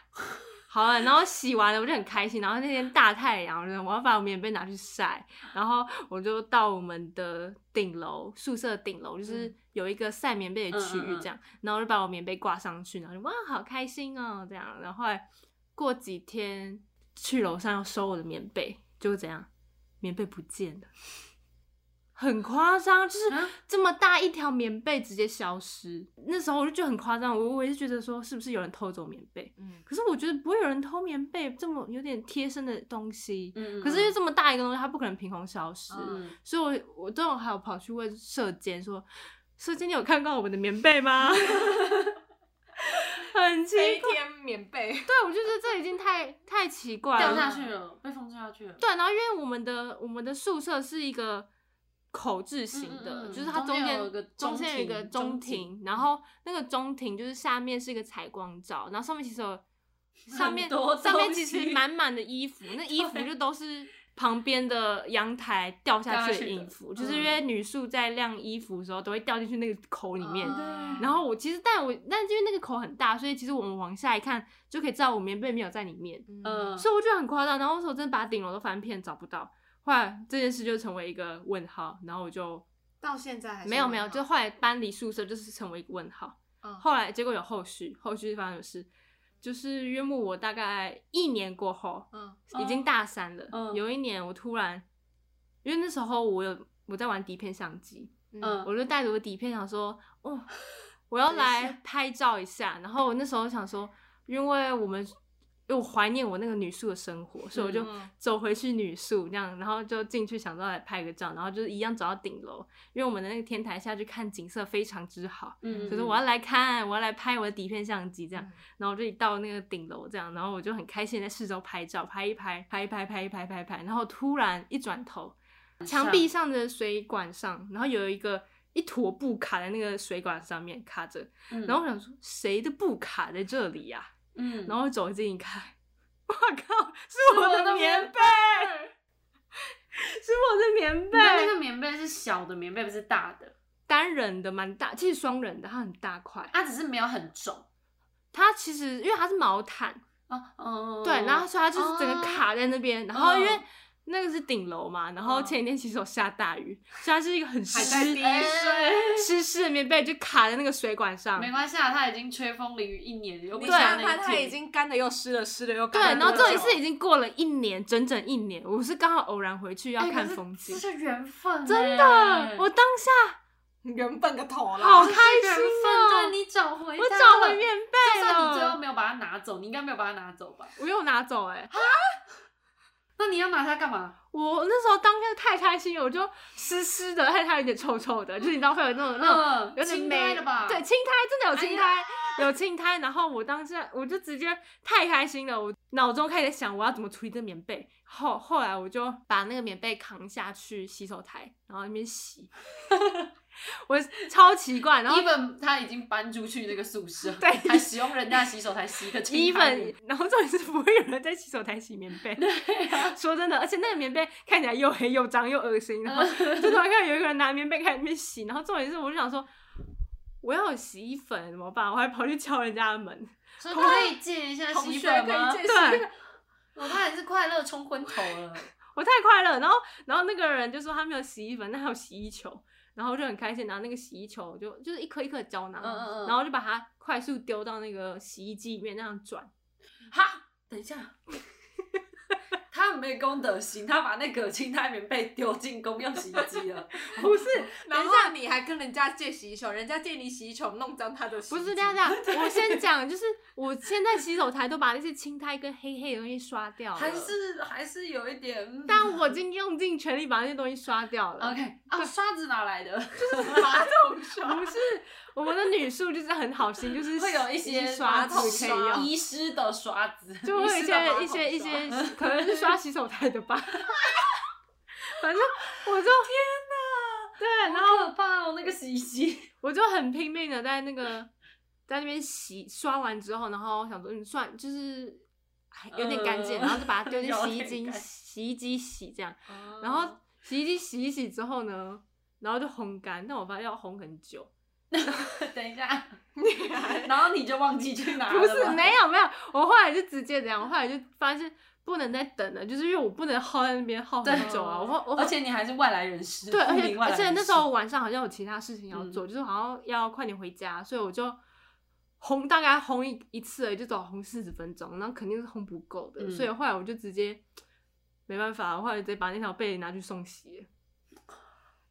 D: 好了，然后洗完了我就很开心，然后那天大太阳，我就我要把我棉被拿去晒，然后我就到我们的顶楼宿舍顶楼，就是有一个晒棉被的区域这样，然后我就把我棉被挂上去，然后就哇好开心哦这样，然后后来过几天去楼上要收我的棉被，就怎样，棉被不见了。很夸张，就是
E: 啊
D: 这么大一条棉被直接消失。那时候我就觉得很夸张，我我也是觉得说是不是有人偷走棉被？
F: 嗯
D: 可是我觉得不会有人偷棉被这么有点贴身的东西。
E: 嗯，
D: 可是因为这么大一个东西，它不可能凭空消失，
E: 嗯
D: 所以我我都有还有跑去问社监说，社监你有看到我们的棉被吗？ 很奇
F: 飞
D: 怪，
F: 天棉被，
D: 对我就觉得这已经太太奇怪
E: 掉
D: 了，
E: 下去了，被风吹下去了。
D: 对，然后因为我们的我们的宿舍是一个口字形的，
E: 嗯嗯嗯
D: 就是它
E: 中间
D: 间
E: 有一个
D: 中
E: 中
D: 间有一个
E: 庭
D: 中
E: 中
D: 庭
E: 庭，
D: 然后那个中庭就是下面是一个采光罩，然后上面其实有上
E: 很
D: 面
E: 多
D: 上面
E: 东
D: 其
E: 西
D: 实满满的衣服，那衣服就都是。旁边的阳台掉
E: 掉
D: 下
E: 下
D: 去的
E: 去的
D: 衣服，就是因
E: 嗯
D: 为女宿在晾衣服的时候都会掉进去那个口里面，
E: 嗯
D: 然后我其实，但我但因为那个口很大，所以其实我们往下一看就可以知道我棉被没有在里面。
E: 嗯，
D: 所以我觉得很夸张。然后那时候真的把顶楼都翻遍找不到，后来这件事就成为一个问号。然后我就
F: 到现在还是
D: 没有没有，
F: 问号
D: 就后来搬离宿舍就是成为一个问号。
F: 嗯
D: 后来结果有后续，后续发生什么事？就是约莫我大概一年过后，
F: 嗯
D: 已经大三了。
E: 嗯
D: 有一年我突然，因为那时候我有我在玩底片相机，
E: 嗯
D: 我就带着我底片想说，哦，我要来拍照一下。然后我那时候想说，因为我们因为我怀念我那个女宿的生活，所以我就
F: 嗯
D: 走回去女宿这样，然后就进去想说来拍个照，然后就是一样走到顶楼，因为我们的那个天台下去看景色非常之好，
E: 嗯，
D: 所以说我要来看，我要来拍我的底片相机这样。
F: 嗯
D: 然后我就一到那个顶楼这样，然后我就很开心地在四周拍照，拍一拍，拍一拍，拍一拍，拍一拍，然后突然一转头，墙壁上的水管上，然后有一个一坨布卡在那个水管上面卡着，
E: 嗯
D: 然后我想说谁的布卡在这里呀、
E: 嗯，
D: 然
E: 后
D: 后走近一看，我靠，是我的棉被，是我的棉被，
E: 那那个棉被是小的棉被，不是大的，
D: 单人的蛮大，其实双人的它很大块，
E: 啊它只是没有很重
D: 它其实因为它是毛毯，
E: 啊，嗯，
D: 对，然后所以它就是整个
E: 哦
D: 卡在那边，然后因为
E: 嗯
D: 那个是顶楼嘛，然后
E: 嗯
D: 前几天其实有下大雨，所以它是一个很湿
E: 还在滴水，
D: 湿湿的棉被，就卡在那个水管上。
E: 没关系啊，它已经吹风淋雨一年，又不
F: 你
E: 是
F: 想想
E: 那
F: 看，
E: 一
F: 啊它
E: 件
F: 已经干的又湿了，湿的又
D: 对，啊
F: 干
D: 然
F: 了
D: 后
F: 多久。
D: 这一次已经过了一年，整整一年。我是刚好偶然回去要
E: 哎
D: 看
E: 可是
D: 风景
E: 这，是缘分欸，
D: 真的，我当下
F: 原本个头
D: 好
F: 啦，
D: 开
E: 缘
D: 心
E: 分，
D: 哦
E: 对、你找回它
D: 我
E: 了，
D: 找回棉
E: 就
D: 被
E: 算你最后啊
D: 了，
E: 没有把它拿走，你应该没有把它拿走吧？
D: 我又拿走哎、
E: 那你要拿它干嘛？
D: 我那时候当下太开心了，我就湿湿的，害它有点臭臭的，就是你知道会有那种那种
E: 嗯，
D: 有点
E: 青
D: 霉
E: 苔的吧？哎
D: 对，，青苔真的有青苔，有青苔。然后我当时我就直接太开心了，我脑中开始想我要怎么处理这棉被。后后来我就把那个棉被扛下去洗手台，然后那边 洗。我超奇怪，然后
E: even 他已经搬出去那个宿舍，
D: 对
E: 还使用人家的洗手台洗一个
D: 米
E: 青苔
D: 粉
E: 泥。，
D: 然后重点是不会有人在洗手台洗棉被。
E: 啊
D: 说真的，而且那个棉被看起来又黑又脏又恶心，然后
E: 嗯
D: 就 突然看到有一个人拿棉被开始那边洗，然后重点是我就想说，我要有洗衣粉怎么办？我还跑去敲人家的门，
E: 说可以借一下
F: 同
E: 洗
F: 学
E: 粉
F: 可
E: 吗
F: 以？借
D: 对，
E: 我怕你是快乐冲昏头了。
D: 我太快乐。然后，然后那个人就说他没有洗衣粉，但他有洗衣球，然后我就很开心拿那个洗衣球，就就是一颗一颗的胶囊，
E: 嗯嗯嗯
D: 然后就把它快速丢到那个洗衣机里面那样转。
E: 哈，等一下，他很没公德心，他把那个青苔棉被丢进公用洗衣机了。
D: 不是，
F: 然后你还跟人家借洗衣球，人家借你洗衣球，弄脏他的洗衣
D: 不
F: 机。
D: 是这样这 样。我先讲，就是我现在洗手台都把那些青苔跟黑黑的东西刷掉了，
E: 还是还是有一点，嗯
D: 但我已经用尽全力把那些东西刷掉了。
E: OK 啊，刷子哪来的？
D: 不是， 我们的女宿就是很好心，就是
E: 会有一些
D: 刷子
E: 马桶
D: 可以用。
E: 遗失的刷子，
D: 就会有一
E: 遗失的马
D: 些
E: 桶
D: 一些一
E: 刷
D: 些，可能是刷洗手台的吧。 反正我就天哪，对，然
E: 好
D: 后
E: 可怕哦，那个洗衣 机。
D: 我就很拼命的在那个在那边洗刷完之后，然后我想说，嗯，算就是还有点干净，
E: 嗯
D: 然后就把它丢进
E: 有
D: 洗衣
E: 点
D: 机
E: 干净嗯
D: 洗衣机洗这样，
E: 哦
D: 然后洗衣机洗一洗之后呢，然后就烘干，但我发现要烘很久。
E: 等一下，然 后你就忘记去拿了
D: 不
E: 吗，
D: 是，没有没有，我后来就直接这样，我后来就发现不能再等了，就是因为我不能耗在那边耗很
E: 对哦
D: 久啊。我后我
E: 而且你还是外来人士，
D: 对，而
E: 不明
D: 且
E: 外来
D: 而且
E: 人
D: 那
E: 士
D: 时候晚上好像有其他事情要
E: 嗯
D: 做，就是好像要快点回家，所以我就烘大概烘一一次而已，就走烘四十分钟，然后肯定是烘不够的，
E: 嗯
D: 所以后来我就直接没办法，我后来直接把那条被拿去送洗了。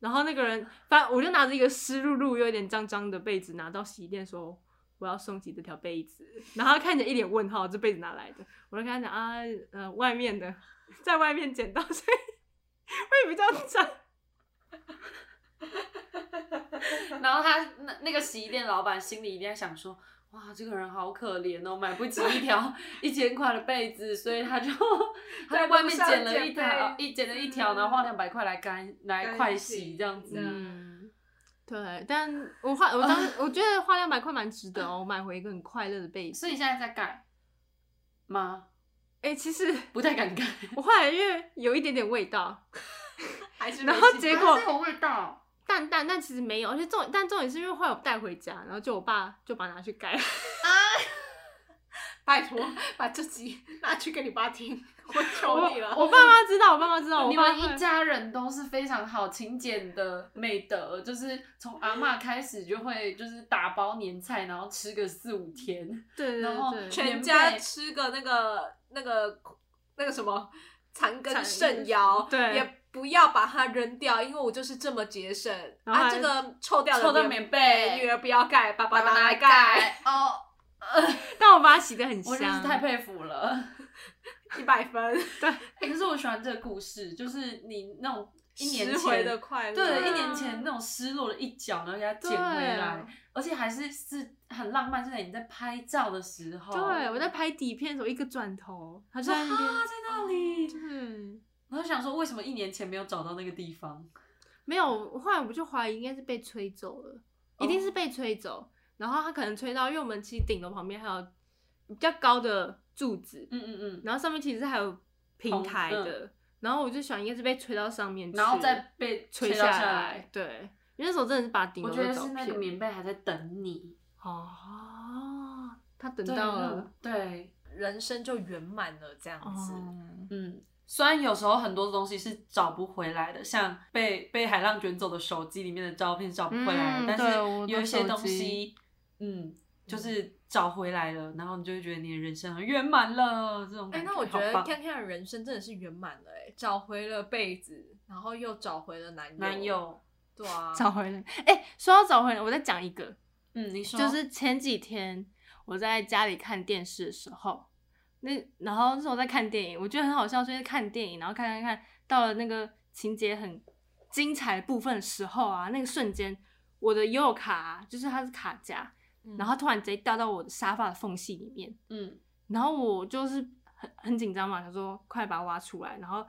D: 然后那个人，反正我就拿着一个湿漉漉、有点脏脏的被子拿到洗衣店说。我要送洗这条被子，然后他看着一脸问号，这被子哪来的？我就跟他讲啊，呃，外面的，在外面捡到，所以 会比较脏。
E: 然后他那那个洗衣店老板心里一定在想说，哇，这个人好可怜哦，买不起一 条一千块的被子，所以他 就他在外面捡了一条，一捡了一条，然后花两百块来干来快洗这样子。
D: 嗯，对，但我花我 当我觉得花两百块蛮值得哦，我买回一个很快乐的被子。
E: 所以你现在在盖吗？
D: 哎、其实
E: 不太敢盖，
D: 我后来因为有一点点味道，
F: 还是没
D: 然后
F: 洗
D: 结果
E: 还是有味道。
D: 淡淡，但其实没有，而且重但重点是因为后来我带回家，然后就我爸就把它拿去盖。
F: 拜托把这集拿去给你爸听，我
D: 我
F: 求你了。
D: 我爸妈知道，我爸妈知道，我
E: 你
D: 爸
E: 们
D: 妈
E: 一家人都是非常好勤俭的美德，就是从阿嬷开始就会就是打包年菜，然后吃个四五天。
D: 对对
E: 然后
D: 对对，
F: 全家吃个那个那个那个什么残羹剩肴，
D: 对
F: 也不要把它扔掉，因为我就是这么节省
D: 然后
F: 啊。
D: 还
F: 这个臭掉
E: 臭
F: 的
E: 的
F: 棉
E: 棉
F: 被，
E: 被
F: 女儿不要盖，爸爸拿来盖，
E: 盖哦，
D: 但我把它洗的很
E: 我真是
D: 香，
E: 太佩服了。
F: 一百分，
E: 欸可是我喜欢这个故事，就是你那种一年
F: 拾回的
E: 前，
F: 快乐，
E: 对，一年前那种失落的一角，然后给它捡
D: 啊对
E: 回来，而且还是是很浪漫，是在你在拍照的时候，
D: 对，我在拍底片的时候一个转头，他啊就在那边，
E: 啊在那里，
D: 嗯，
E: 然后想说为什么一年前没有找到那个地方，
D: 没有，后来我就怀疑应该是被吹走了，一
E: 哦
D: 定是被吹走。然后他可能吹到，因为我们其实顶楼旁边还有比较高的柱子，
E: 嗯嗯嗯，
D: 然后上面其实还有平台
E: 红
D: 的。然后我就想，应该是被吹到上面去，
E: 嗯然后再被
D: 吹
E: 到
D: 来。
E: 来。
D: 对，因为那时候真的是把顶
E: 我
D: 楼
E: 觉
D: 的
E: 得
D: 照
E: 是那
D: 片
E: 个棉被还在等你，
D: 哦，他等
E: 对
D: 到了，，
E: 对，
C: 人生就圆满了这样子。
F: 哦
E: 嗯，虽然有时候很多东西是找不回来的，像被被海浪卷走的手机里面的照片是找不回来的，
D: 嗯
E: 但
D: 对我
E: 是
D: 的
E: 有一些东
D: 手
E: 西
D: 机，
E: 嗯，就是找回来了，然后你就会觉得你的人生很圆满了，这种
C: 哎、
E: 感觉。
C: 那我觉
E: 好
C: 得
E: 棒
C: Kan Kan 的人生真的是圆满了、哎，找回了被子，然后又找回了男友。
E: 男，友，
C: 对啊，
D: 找回来。哎、说到找回来，我再讲一个，
E: 嗯，你说
D: 就是前几天我在家里看电视的时候，那然后那时候我在看电影，我觉得很好笑，就是看电影，然后看看看到了那个情节很精彩的部分的时候啊，那个瞬间，我的悠游卡啊、就是它是卡夹，
C: 嗯
D: 然后突然直接掉到我的沙发的缝隙里面，
E: 嗯，
D: 然后我就是很很紧张嘛，想说快把它挖出来，然后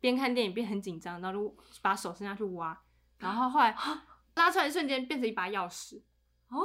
D: 边看电影边很紧张，然后就把手伸下去挖，然后后来
E: 啊
D: 拉出来一瞬间变成一把钥匙，
E: 哦，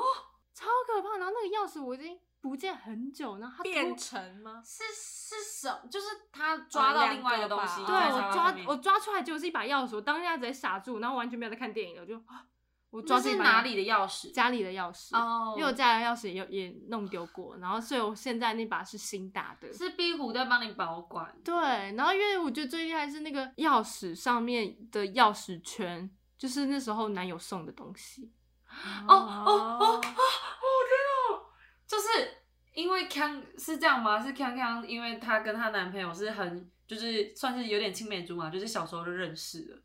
D: 超可怕！然后那个钥匙我已经不见很久，然后它突
C: 变成吗？
E: 是是什？就是他抓到
C: 两
E: 另外一
C: 个
E: 个东
C: 吧
E: 西，
D: 对
E: 在
D: 我
E: 沙发
D: 抓
E: 上面
D: 我抓出来就是一把钥匙，我当下直接傻住，然后完全没有在看电影了，我就啊我抓
E: 那
D: 住一
E: 是
D: 把钥
E: 哪
D: 匙
E: 里的钥匙？
D: 家里的钥匙
E: 哦
D: 因为我家里的钥匙也有也弄丢过，然后所以我现在那把是新打的，
E: 是壁虎在帮你保管，
D: 对，然后因为我觉得最厉害是那个钥匙上面的钥匙圈，就是那时候男友送的东西。
E: 哦哦哦哦！我天哦，就是因为康是这样吗？是康康，因为她跟她男朋友是很就是算是有点青梅竹马，就是小时候就认识了。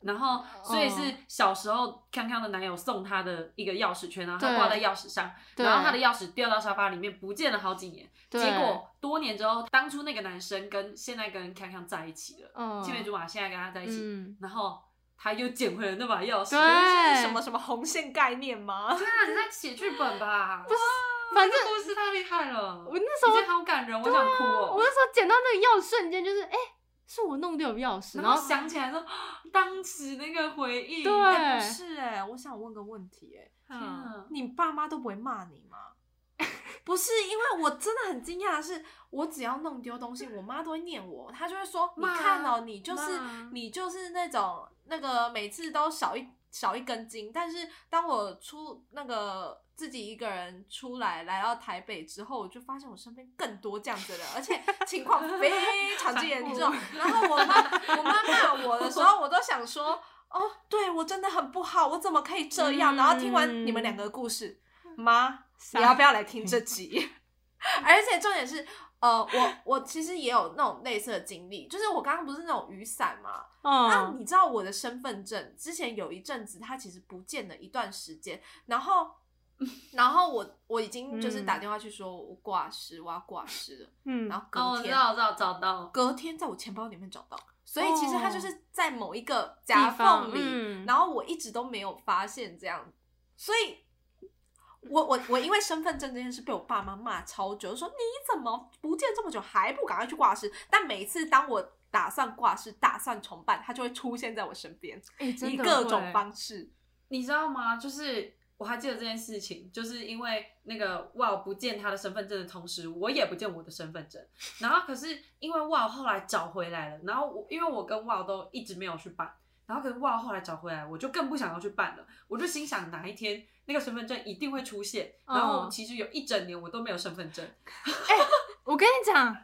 E: 然后，所以是小时候康康的男友送她的一个钥匙圈，然后她
D: 对
E: 挂在钥匙上，
D: 对
E: 然后她的钥匙掉到沙发里面，不见了好几年。
D: 对
E: 结果多年之后，当初那个男生跟现在跟康康在一起了，
D: 嗯，
E: 青梅竹马现在跟他在一起，
D: 嗯，
E: 然后他又捡回了那把钥匙。
D: 对，
C: 是什么什么红线概念 吗？
E: 天啊，你在写剧本吧？不是，
D: 反正
E: 这个故事太厉害了。
D: 我那时候啊
E: 已经好感人，我想哭
D: 我
E: 哦。
D: 那时候捡到那个钥匙瞬间就是，哎、是我弄丢的钥匙，
E: 然
D: 然
E: 后
D: 后嗯
E: 想起来说， 啊当时那个回忆，
D: 对
C: 哎不是哎、我想问个问题哎、
E: 天啊
C: 你爸妈都不会骂你吗？ 不是，因为我真的很惊讶的是，我只要弄丢东西，我妈都会念我，她就会说：“你
E: 骂啊
C: 看哦，你就是
E: 骂啊
C: 你就是那种那个每次都少一少一根筋。”但是当我出那个自己一个人出来来到台北之后，我就发现我身边更多这样子的人，而且情况非常之严重。然后我妈我妈骂我的时候，我都想说。哦，对我真的很不好，我怎么可以这样？
D: 嗯
C: 然后听完你们两个的故事，妈，
D: 傻
C: 你要不要来听这集？ 而且重点是，呃，我我其实也有那种类似的经历，就是我刚刚不是那种雨伞嘛，那、
D: 嗯，
C: 你知道我的身份证之前有一阵子它其实不见了一段时间，然后。然后我我已经就是打电话去说我挂失，我要挂失了。
D: 嗯
C: 然后
E: 哦，我
C: 隔
E: 知
C: 天，
E: 道，我知道，找到。
C: 隔天在我钱包里面找到，所以其实它
D: 哦
C: 就是在某一个
D: 地
C: 夹
D: 方
C: 缝里，
D: 嗯
C: 然后我一直都没有发现这样，所以。我我我 因为身份证这件事被我爸妈骂超久，说你怎么不见这么久还不赶快去挂失？但每次当我打算挂失、打算重办，它就会出现在我身边，
D: 哎、真
C: 以
D: 的
C: 各
D: 会
C: 种方式。
E: 你知道吗？就是我还记得这件事情，就是因为那个 Wow 不见他的身份证的同时，我也不见我的身份证。然后可是因为 Wow 后来找回来了，然后我因为我跟 Wow 都一直没有去办，然后可是 Wow 后来找回来，我就更不想要去办了。我就心想哪一天那个身份证一定会出现，
D: 嗯
E: 然后其实有一整年我都没有身份证，
D: 我跟你讲，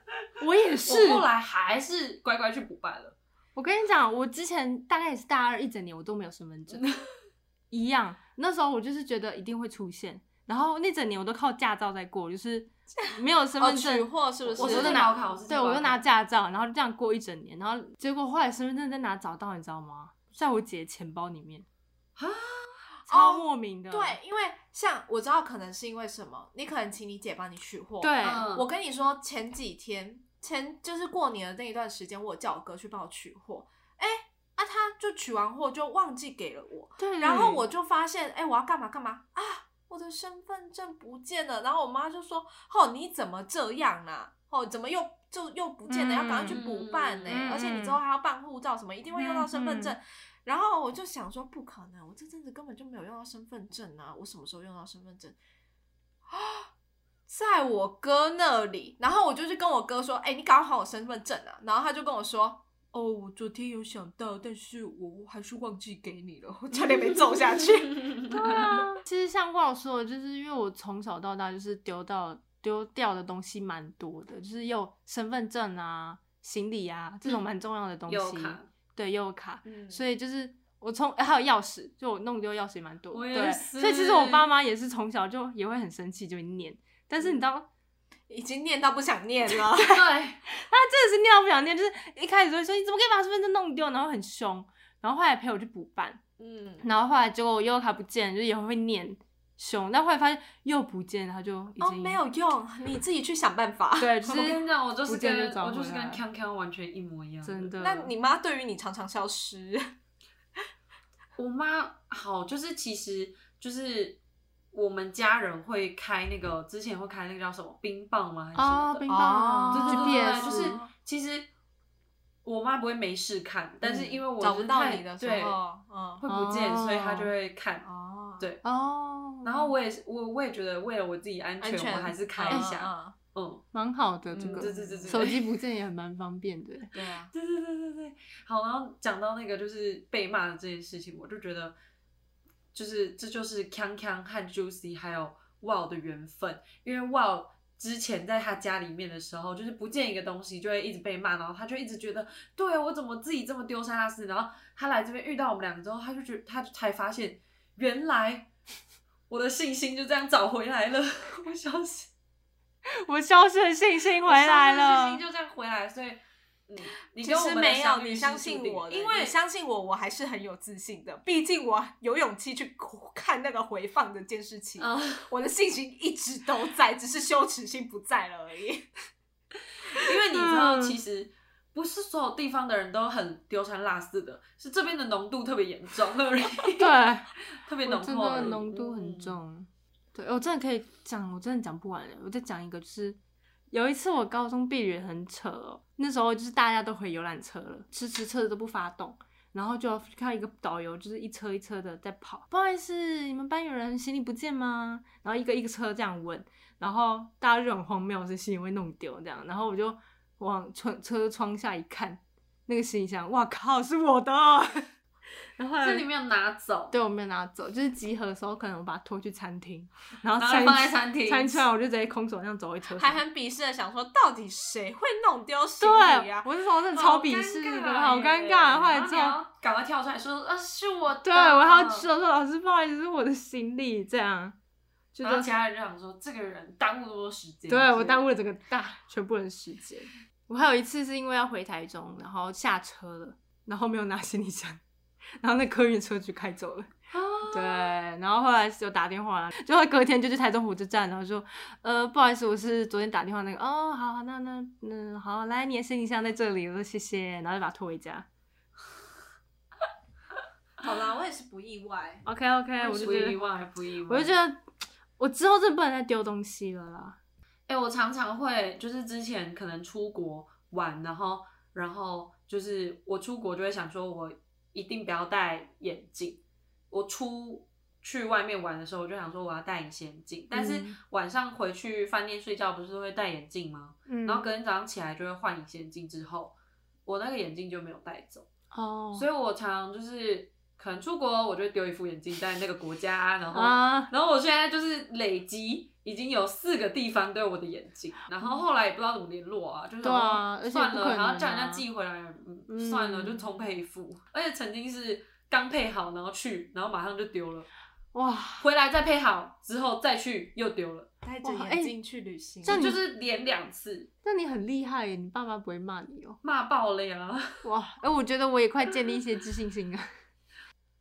D: 我也是，
E: 我后来还是乖乖去补办了。
D: 我跟你讲，我之前大概也是大二一整年，我都没有身份证，
C: 嗯
D: 一样。那时候我就是觉得一定会出现，然后那整年我都靠驾照在过，就是没有身
C: 哦，
D: 份
C: 取
D: 证。
C: 货是不是？
E: 我
D: 就
E: 在
D: 拿
E: 拿考，我是
D: 对，
E: 自己
D: 我就
E: 报
D: 拿
E: 考
D: 驾照，然后就这样过一整年，然后结果后来身份证在哪找到，你知道吗？在我姐钱包里面，
E: 啊，
D: 超莫名的。
C: 对，因为像我知道可能是因为什么，你可能请你姐帮你取货，
D: 对，
E: 嗯
C: 我跟你说，前几天前就是过年的那一段时间，我叫我哥去帮我取货，哎、啊，他就取完货就忘记给了我，
D: 对
C: 然
E: 嗯
C: 后我就发现，哎、我要干嘛干嘛啊，我的身份证不见了，然后我妈就说，哦，你怎么这样啊？哦，怎么又就又不见了？
D: 嗯
C: 要赶快去补办呢、
E: 嗯
C: 而且你之后还要办护照什么，一定会用到身份证。
F: 然后我就想说，不可能，我这阵子根本就没有用到身份证啊！我什么时候用到身份证？在我哥那里。然后我就去跟我哥说：“哎、你搞好我身份证啊！”然后他就跟我说：“哦，我昨天有想到，但是我还是忘记给你了。”我差点被揍 下去。
D: 对啊， 其实像我说的，就是因为我从小到大就是丢到丢掉的东西蛮多的，就是有身份证啊、行李啊这种蛮重要的东西，
E: 有嗯卡，
D: 对，又有卡，
F: 嗯
D: 所以就是我从还有钥匙，就我弄丢钥匙也蛮多，
E: 我也
D: 对，
E: 是
D: 所以其实我爸妈也是从小就也会很生气，就会念，但是你当
F: 已经念到不想念 了。
E: 对，
D: 他真的是念到不想念，就是一开始就会说你怎么可以把身份证弄丢，然后很凶，然后后来陪我去补办，
F: 嗯，
D: 然后后来结果我悠悠卡不见，就也会念凶，但后来发现又不见，他就已经、
F: 哦，没有用，你自己去想办 法。
D: 对，就
E: 我跟你
D: 是
E: 讲，我就是
D: 不见就
E: 跟
D: 找
E: 我就是
D: 回来
E: 跟康康完全一模一样，
D: 真的。
F: 那你妈对于你常常消失，
E: 我妈好，就是其实就是我们家人会开那个，之前会开那个叫什么冰棒吗？还是什么
D: 哦，
E: 的？
D: 冰棒，
F: 哦
E: 对对对对，
D: GPS
E: 就是其实我妈不会没事看，但是因为我
F: 嗯找不
E: 是
F: 到
E: 太
F: 你的时
E: 对会
F: 候，嗯，
E: 不见，所以她
D: 哦
E: 就会看。
F: 哦，
E: 对
D: 哦，
E: 然后我也是，我我也觉得为了我自己安
F: 安全
E: 我还是看一下。
F: 嗯
E: 嗯，
D: 蛮好的这
F: 嗯
D: 个
E: 对对对对，
D: 手机不见也很蛮方便 的。
F: 对啊，
E: 对对对对对，好，然后讲到那个就是被骂的这件事情，我就觉得，就是这就是康康和 Juicy 还有 Wow 的缘分，因为 Wow 之前在他家里面的时候，就是不见一个东西就会一直被骂，然后他就一直觉得，对啊我怎么自己这么丢三落四，然后他来这边遇到我们两个之后，他就觉他才发现，原来我的信心就这样找回来了，我相信。
D: 我消失的信心回
E: 我
D: 来
E: 相信
D: 了
E: 事情，就这样回来，所以，嗯，你
F: 其
E: 跟我
F: 实
E: 们的
F: 没有，
E: 相遇
F: 你
E: 是
F: 相
E: 注
F: 信
E: 定
F: 我
E: 的
F: 的，
E: 因为
F: 你相信我，我还是很有自信的。毕竟我有勇气去看那个回放的监视器，
E: 嗯，
F: 我的信心一直都在，只是羞耻心不在了而 已。
E: 因为你知道，
D: 嗯
E: 其实不是所有地方的人都很丢三落四的，是这边的浓度特别严重而已，
D: 对，
E: 特别
D: 我
E: 浓
D: 真
E: 厚而
D: 的
E: 已，
D: 浓度很
E: 嗯。
D: 重。对，我真的可以讲，我真的讲不完了。我再讲一个，就是有一次我高中毕业很扯哦，那时候就是大家都回游览车了，迟迟车子都不发动，然后就看到一个导游就是一车一车的在跑，不好意思，你们班有人行李不见吗？然后一个一个车这样问，然后大家就很荒谬，是行李会弄丢这样，然后我就往窗车窗下一看，那个行李箱，哇靠，是我的。哦 然后后来
E: 这里面有拿走，
D: 对，我没有拿走，就是集合的时候，可能我把它拖去餐厅，然后
E: 然后
D: 餐
E: 放在餐厅
D: 餐出来我就直接空手那样走回厕所
F: 还。很鄙视的想说，到底谁会弄丢行李
D: 对
F: 啊，？
D: 我那时候真的超鄙视的，好尴尬。后来之后，，
E: 赶快跳出来说，啊，是我的，
D: 对我还要
E: 嗯
D: 说说老师，不好意思，是我的行李，这样就
E: 然后
D: 是
E: 家人就想说，这个人耽误那么多时间，
D: 对我耽
E: 误，
D: 误了整个大全部人时间。我还有一次是因为要回台中，然后下车了，然后没有拿行李箱，然后那客运车就开走了。
E: 啊
D: 对，然后后来有打电话，就后隔天就去台中火车站，然后说，呃，不好意思，我是昨天打电话那个，哦，好，那那嗯，好，来，你的行李箱在这里，我说谢谢，然后就把它拖回家。
F: 好啦，我也是不意外。
D: OK OK，我就
E: 不
D: 觉
E: 意
D: 得，
E: 外，不意外，
D: 我就觉得我之后真的不能再丢东西了啦。
E: 哎、我常常会就是之前可能出国玩，然后然后就是我出国就会想说，我一定不要戴眼镜。我出去外面玩的时候，我就想说我要戴隐形眼镜，但是
D: 嗯
E: 晚上回去饭店睡觉不是都会戴眼镜吗？
D: 嗯，
E: 然后隔天早上起来就会换隐形眼镜，之后我那个眼镜就没有带走。
D: 哦，
E: 所以我常常就是可能出国，我就会丢一副眼镜在那个国家，然后、
D: 啊
E: 然后我现在就是累积已经有四个地方都有我的眼镜，然后后来也不知道怎么联络啊，就是
D: 对啊
E: 想
D: 而且
E: 说算
D: 不可
E: 了，
D: 能
E: 然后叫人家
D: 啊
E: 寄回来，嗯，
D: 嗯
E: 算了，就重配一副，而且曾经是。刚配好，然后去，然后马上就丢了。
D: 哇，
E: 回来再配好之后再去，又丢了，
F: 戴着
D: 哇
F: 眼镜去旅行，
D: 这样你
E: 就是连两次
D: 那你很厉害耶，你爸妈不会骂你哦。
E: 骂爆了呀！
D: 哇，哎、我觉得我也快建立一些自信心了。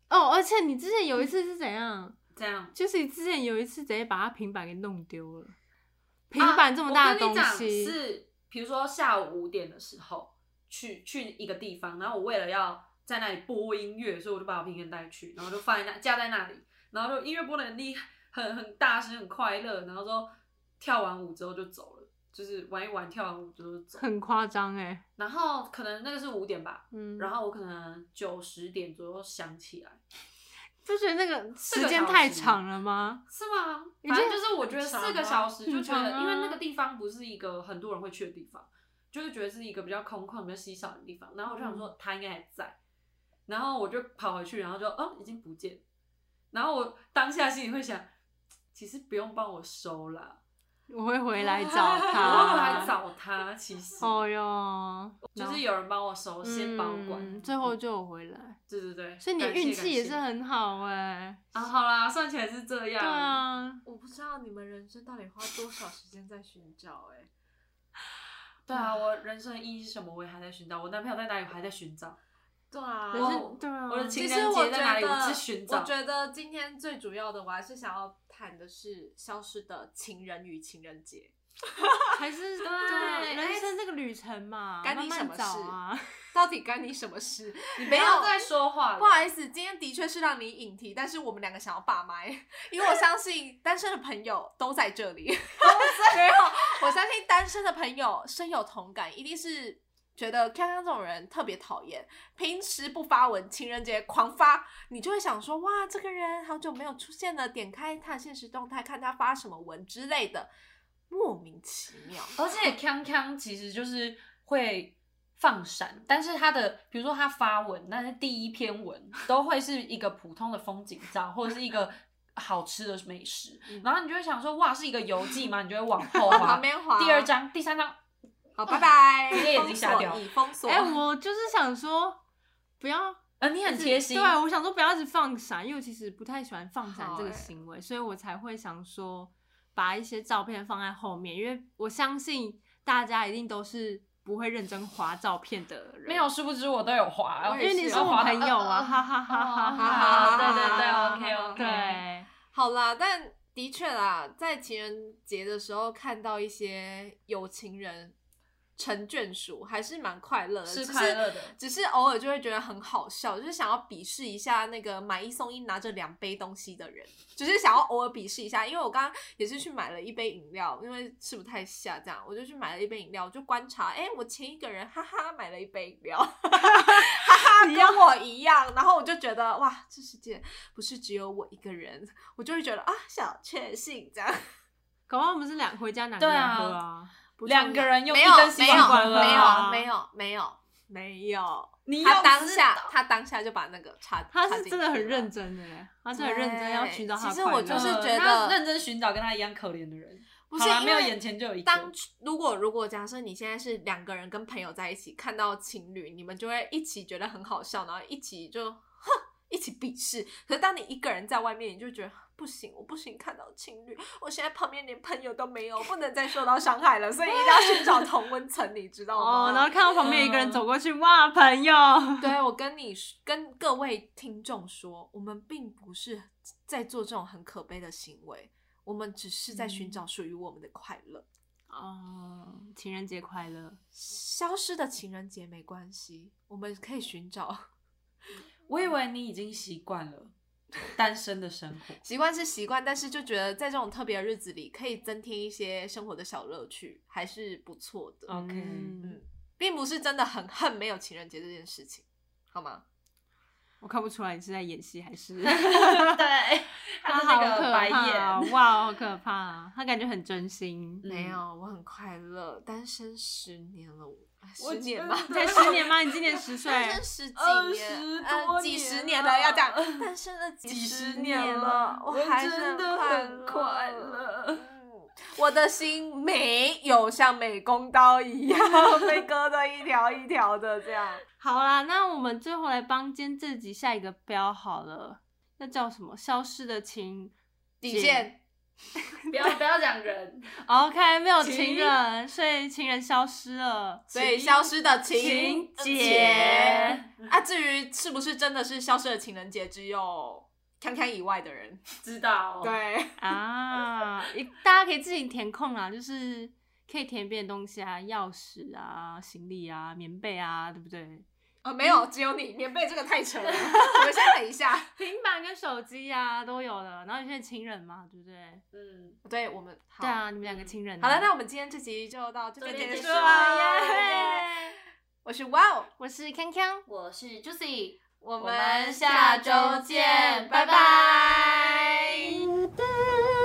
D: 哦，而且你之前有一次是怎样？
E: 这样
D: 就是你之前有一次直接把他平板给弄丢了，平板这么大的东
E: 啊我跟你
D: 西，
E: 讲是比如说下午五点的时候去去一个地方，然后我为了要在那里播音乐，所以我就把我平衡带去，然后就放在那架在那里，然后就音乐播的很厉害，很很大声，很快乐，然后之后跳完舞之后就走了，就是玩一玩跳完舞就是走，
D: 很夸张哎，
E: 然后可能那个是五点吧，
D: 嗯，
E: 然后我可能九十点左右想起来，
D: 不觉得那个时间太长了吗？
E: 是吗？
D: 已经
E: 反正就是我觉得四个小时就觉
D: 很
E: 得，
D: 长啊
E: 因为那个地方不是一个很多人会去的地方，就会觉得是一个比较空旷、比较稀少的地方。然后我就想
D: 嗯
E: 说他应该还在，然后我就跑回去，然后就哦已经不见了。然后我当下心里会想，其实不用帮我收啦，
D: 我会回来找
E: 我
D: 他，
E: 会来。找他。其实
D: 啊哦哟，
E: 就是有人帮我收，先保管。
D: 嗯最后就有回来，
E: 对对对，
D: 所以你的
E: 感谢
D: 运气也是
E: 感谢
D: 很好哎。
E: 啊，好啦，算起来是这
D: 对
E: 样。
D: 啊，
C: 哎我不知道你们人生到底花多少时间在寻找、哎，
E: 对啊，我人生的意义是什么？我也还在寻找。我男朋友在哪里？我还在寻找。
C: 对啊，
D: 人生对啊，
E: 我的情
C: 其
E: 人
C: 实我
E: 节
C: 觉
E: 在哪里？
C: 得，
E: 我是寻找
C: 我。觉得今天最主要的，我还是想要谈的是消失的情人与情人 节。
D: 还是对啊
E: 哎
D: 人生这个旅程嘛，
C: 干你
D: 慢
C: 什么
D: 慢找
C: 事
D: 啊。
C: 到底干你什么事？
E: 你
C: 没有
E: 不要再说话
C: 不
E: 了。
C: 好意思，今天的确是让你引题，但是我们两个想要把麦，因为我相信单身的朋友都在这里。没有，我相信单身的朋友深有同感，一定是觉得康康这种人特别讨厌，平时不发文，情人节狂发，你就会想说哇，这个人好久没有出现了，点开他的现实动态，看他发什么文之类的，莫名其妙。
E: 而且康康其实就是会放闪，但是他的比如说他发文，但是第一篇文都会是一个普通的风景照，或者是一个好吃的美食，然后你就会想说哇，是一个游记吗？你就会往 后滑
C: 旁，边滑
E: 第二，张、第三张，
C: 好，拜 拜，
E: 直接眼睛瞎掉
C: 封锁你封锁。
D: 哎，我就是想说，不要
E: 呃，你很
D: 就是
E: 贴心，
D: 对啊，我想说不要一直放闪，因为我其实不太喜欢放闪
C: 好
D: 这个
C: 欸
D: 行为，所以我才会想说把一些照片放在后面，因为我相信大家一定都是不会认真划照片的人。
E: 没有，，殊不知我都有滑，
C: 我
D: 因为
C: 也
D: 你
C: 是
D: 是
E: 然后
D: 我
E: 滑到
D: 朋 友啊，哈哈哈
C: 哦
D: 哈哈
E: 啊，
D: 哈。
E: 对对对，OK OK，
D: 对，
C: 好啦，但的确啦，在情人节的时候看到一些有情人成眷属，还是蛮快乐的，
E: 是
C: 只
E: 快乐的
C: 只是偶尔就会觉得很好笑，就是想要鄙视一下那个买一送一拿着两杯东西的人，只是想要偶尔鄙视一下。因为我刚刚也是去买了一杯饮料，因为吃不太下，这样我就去买了一杯饮料，我就观察，哎、我前一个人哈哈买了一杯饮料， 哈哈跟我一样，然后我就觉得哇，这世界不是只有我一个人，我就会觉得啊，小确幸这样。
D: 搞不好我们是两回家两个
E: 对
D: 人
E: 啊
D: 喝啊。
C: 不重要
E: 两个人用
C: 没
E: 一
C: 有
E: 根吸
C: 没
E: 管
C: 有
E: 管了
C: 没
E: 啊，
C: 有没有没有没有，
E: 你
C: 他
E: 要
C: 当
E: 知
C: 下
E: 道
C: 他当下就把那个插，
D: 他
C: 插
D: 是
C: 进
D: 真的
C: 去
D: 很
C: 了
D: 认。真的耶，他是很认真要寻找他的
C: 啊对其实
D: 快乐
C: 我就是觉得
E: 呃他认真寻找跟他一样可怜的人，
C: 不是
E: 好啦
C: 因
E: 没有
C: 为
E: 眼前就有一个
C: 当如果如果假设你现在是两个人跟朋友在一起，看到情侣，你们就会一起觉得很好笑，然后一起就哼一起鄙视。可是当你一个人在外面，你就觉得不行，我不行，看到情侣，我现在旁边连朋友都没有，不能再受到伤害了，所以一定要寻找同温层，你知道吗？
D: 哦，然后看到旁边一个人走过去，哇，朋友，
C: 对，我跟你说跟各位听众说，我们并不是在做这种很可悲的行为，我们只是在寻找属于我们的快乐。
D: 哦，情人节快乐。
C: 消失的情人节没关系，我们可以寻找。，
E: 我以为你已经习惯了单身的生活
C: 习惯是习惯，但是就觉得在这种特别的日子里，可以增添一些生活的小乐趣，还是不错的。
E: OK
D: 嗯，
C: 并不是真的很恨没有情人节这件事情，好吗？
D: 我看不出来你是在演戏还 是
E: 对，他的
D: 好
E: 那个
D: 可
E: 白
D: 怕哦
E: 眼，
D: 哇，好可怕啊！他感觉很真心，
E: 嗯
C: 没有，我很快乐，单身十年了，我哎
E: 我
C: 十年
E: 真
C: 吧，
E: 的
D: 才十年吗？你今年十岁，
C: 单身十几
E: 二十
C: 年，
E: 多
C: 呃，几
E: 年
C: 十年
E: 了
C: 了，要讲单身了几
E: 几十
C: 年
E: 年了
C: 我
E: 我
C: 还是
E: 真的很快乐
C: 嗯我的心没有像美工刀一样 被割的一条一条的这样。
D: 好啦，那我们最后来帮今天这集下一个标好了，那叫什么？消失的情
C: 底
D: 姐
C: 线，
E: 不要不要讲人，
D: ，OK，没有
E: 情
D: 情人，所以情人消失了。
C: 所以消失的情
D: 情
C: 节
D: 节
C: 啊，至于是不是真的是消失的情人节，只有康康以外的人。
E: 知道，
D: 嗯
C: 对，
D: 啊，一大家可以自己填空啦，就是可以填别的东西啊，钥匙啊、行李啊、棉被啊，对不对？
C: 哦
F: 呃，没有，只有你棉被这个太扯了，我们先等一下。
D: 平板跟手机呀、都有了，然后有些情人嘛，对不对？
G: 嗯，
C: 对我们好
D: 对啊，你们两个情人、
C: 好了，那我们今天这集就到这边
E: 这边
C: 结
E: 结
C: 束
E: 束
D: 啊
C: 了。
E: 了
C: 耶我是 Wow，
D: 我是康康，
E: 我是 Juicy，
C: 我
E: 我们下周见拜拜
C: 拜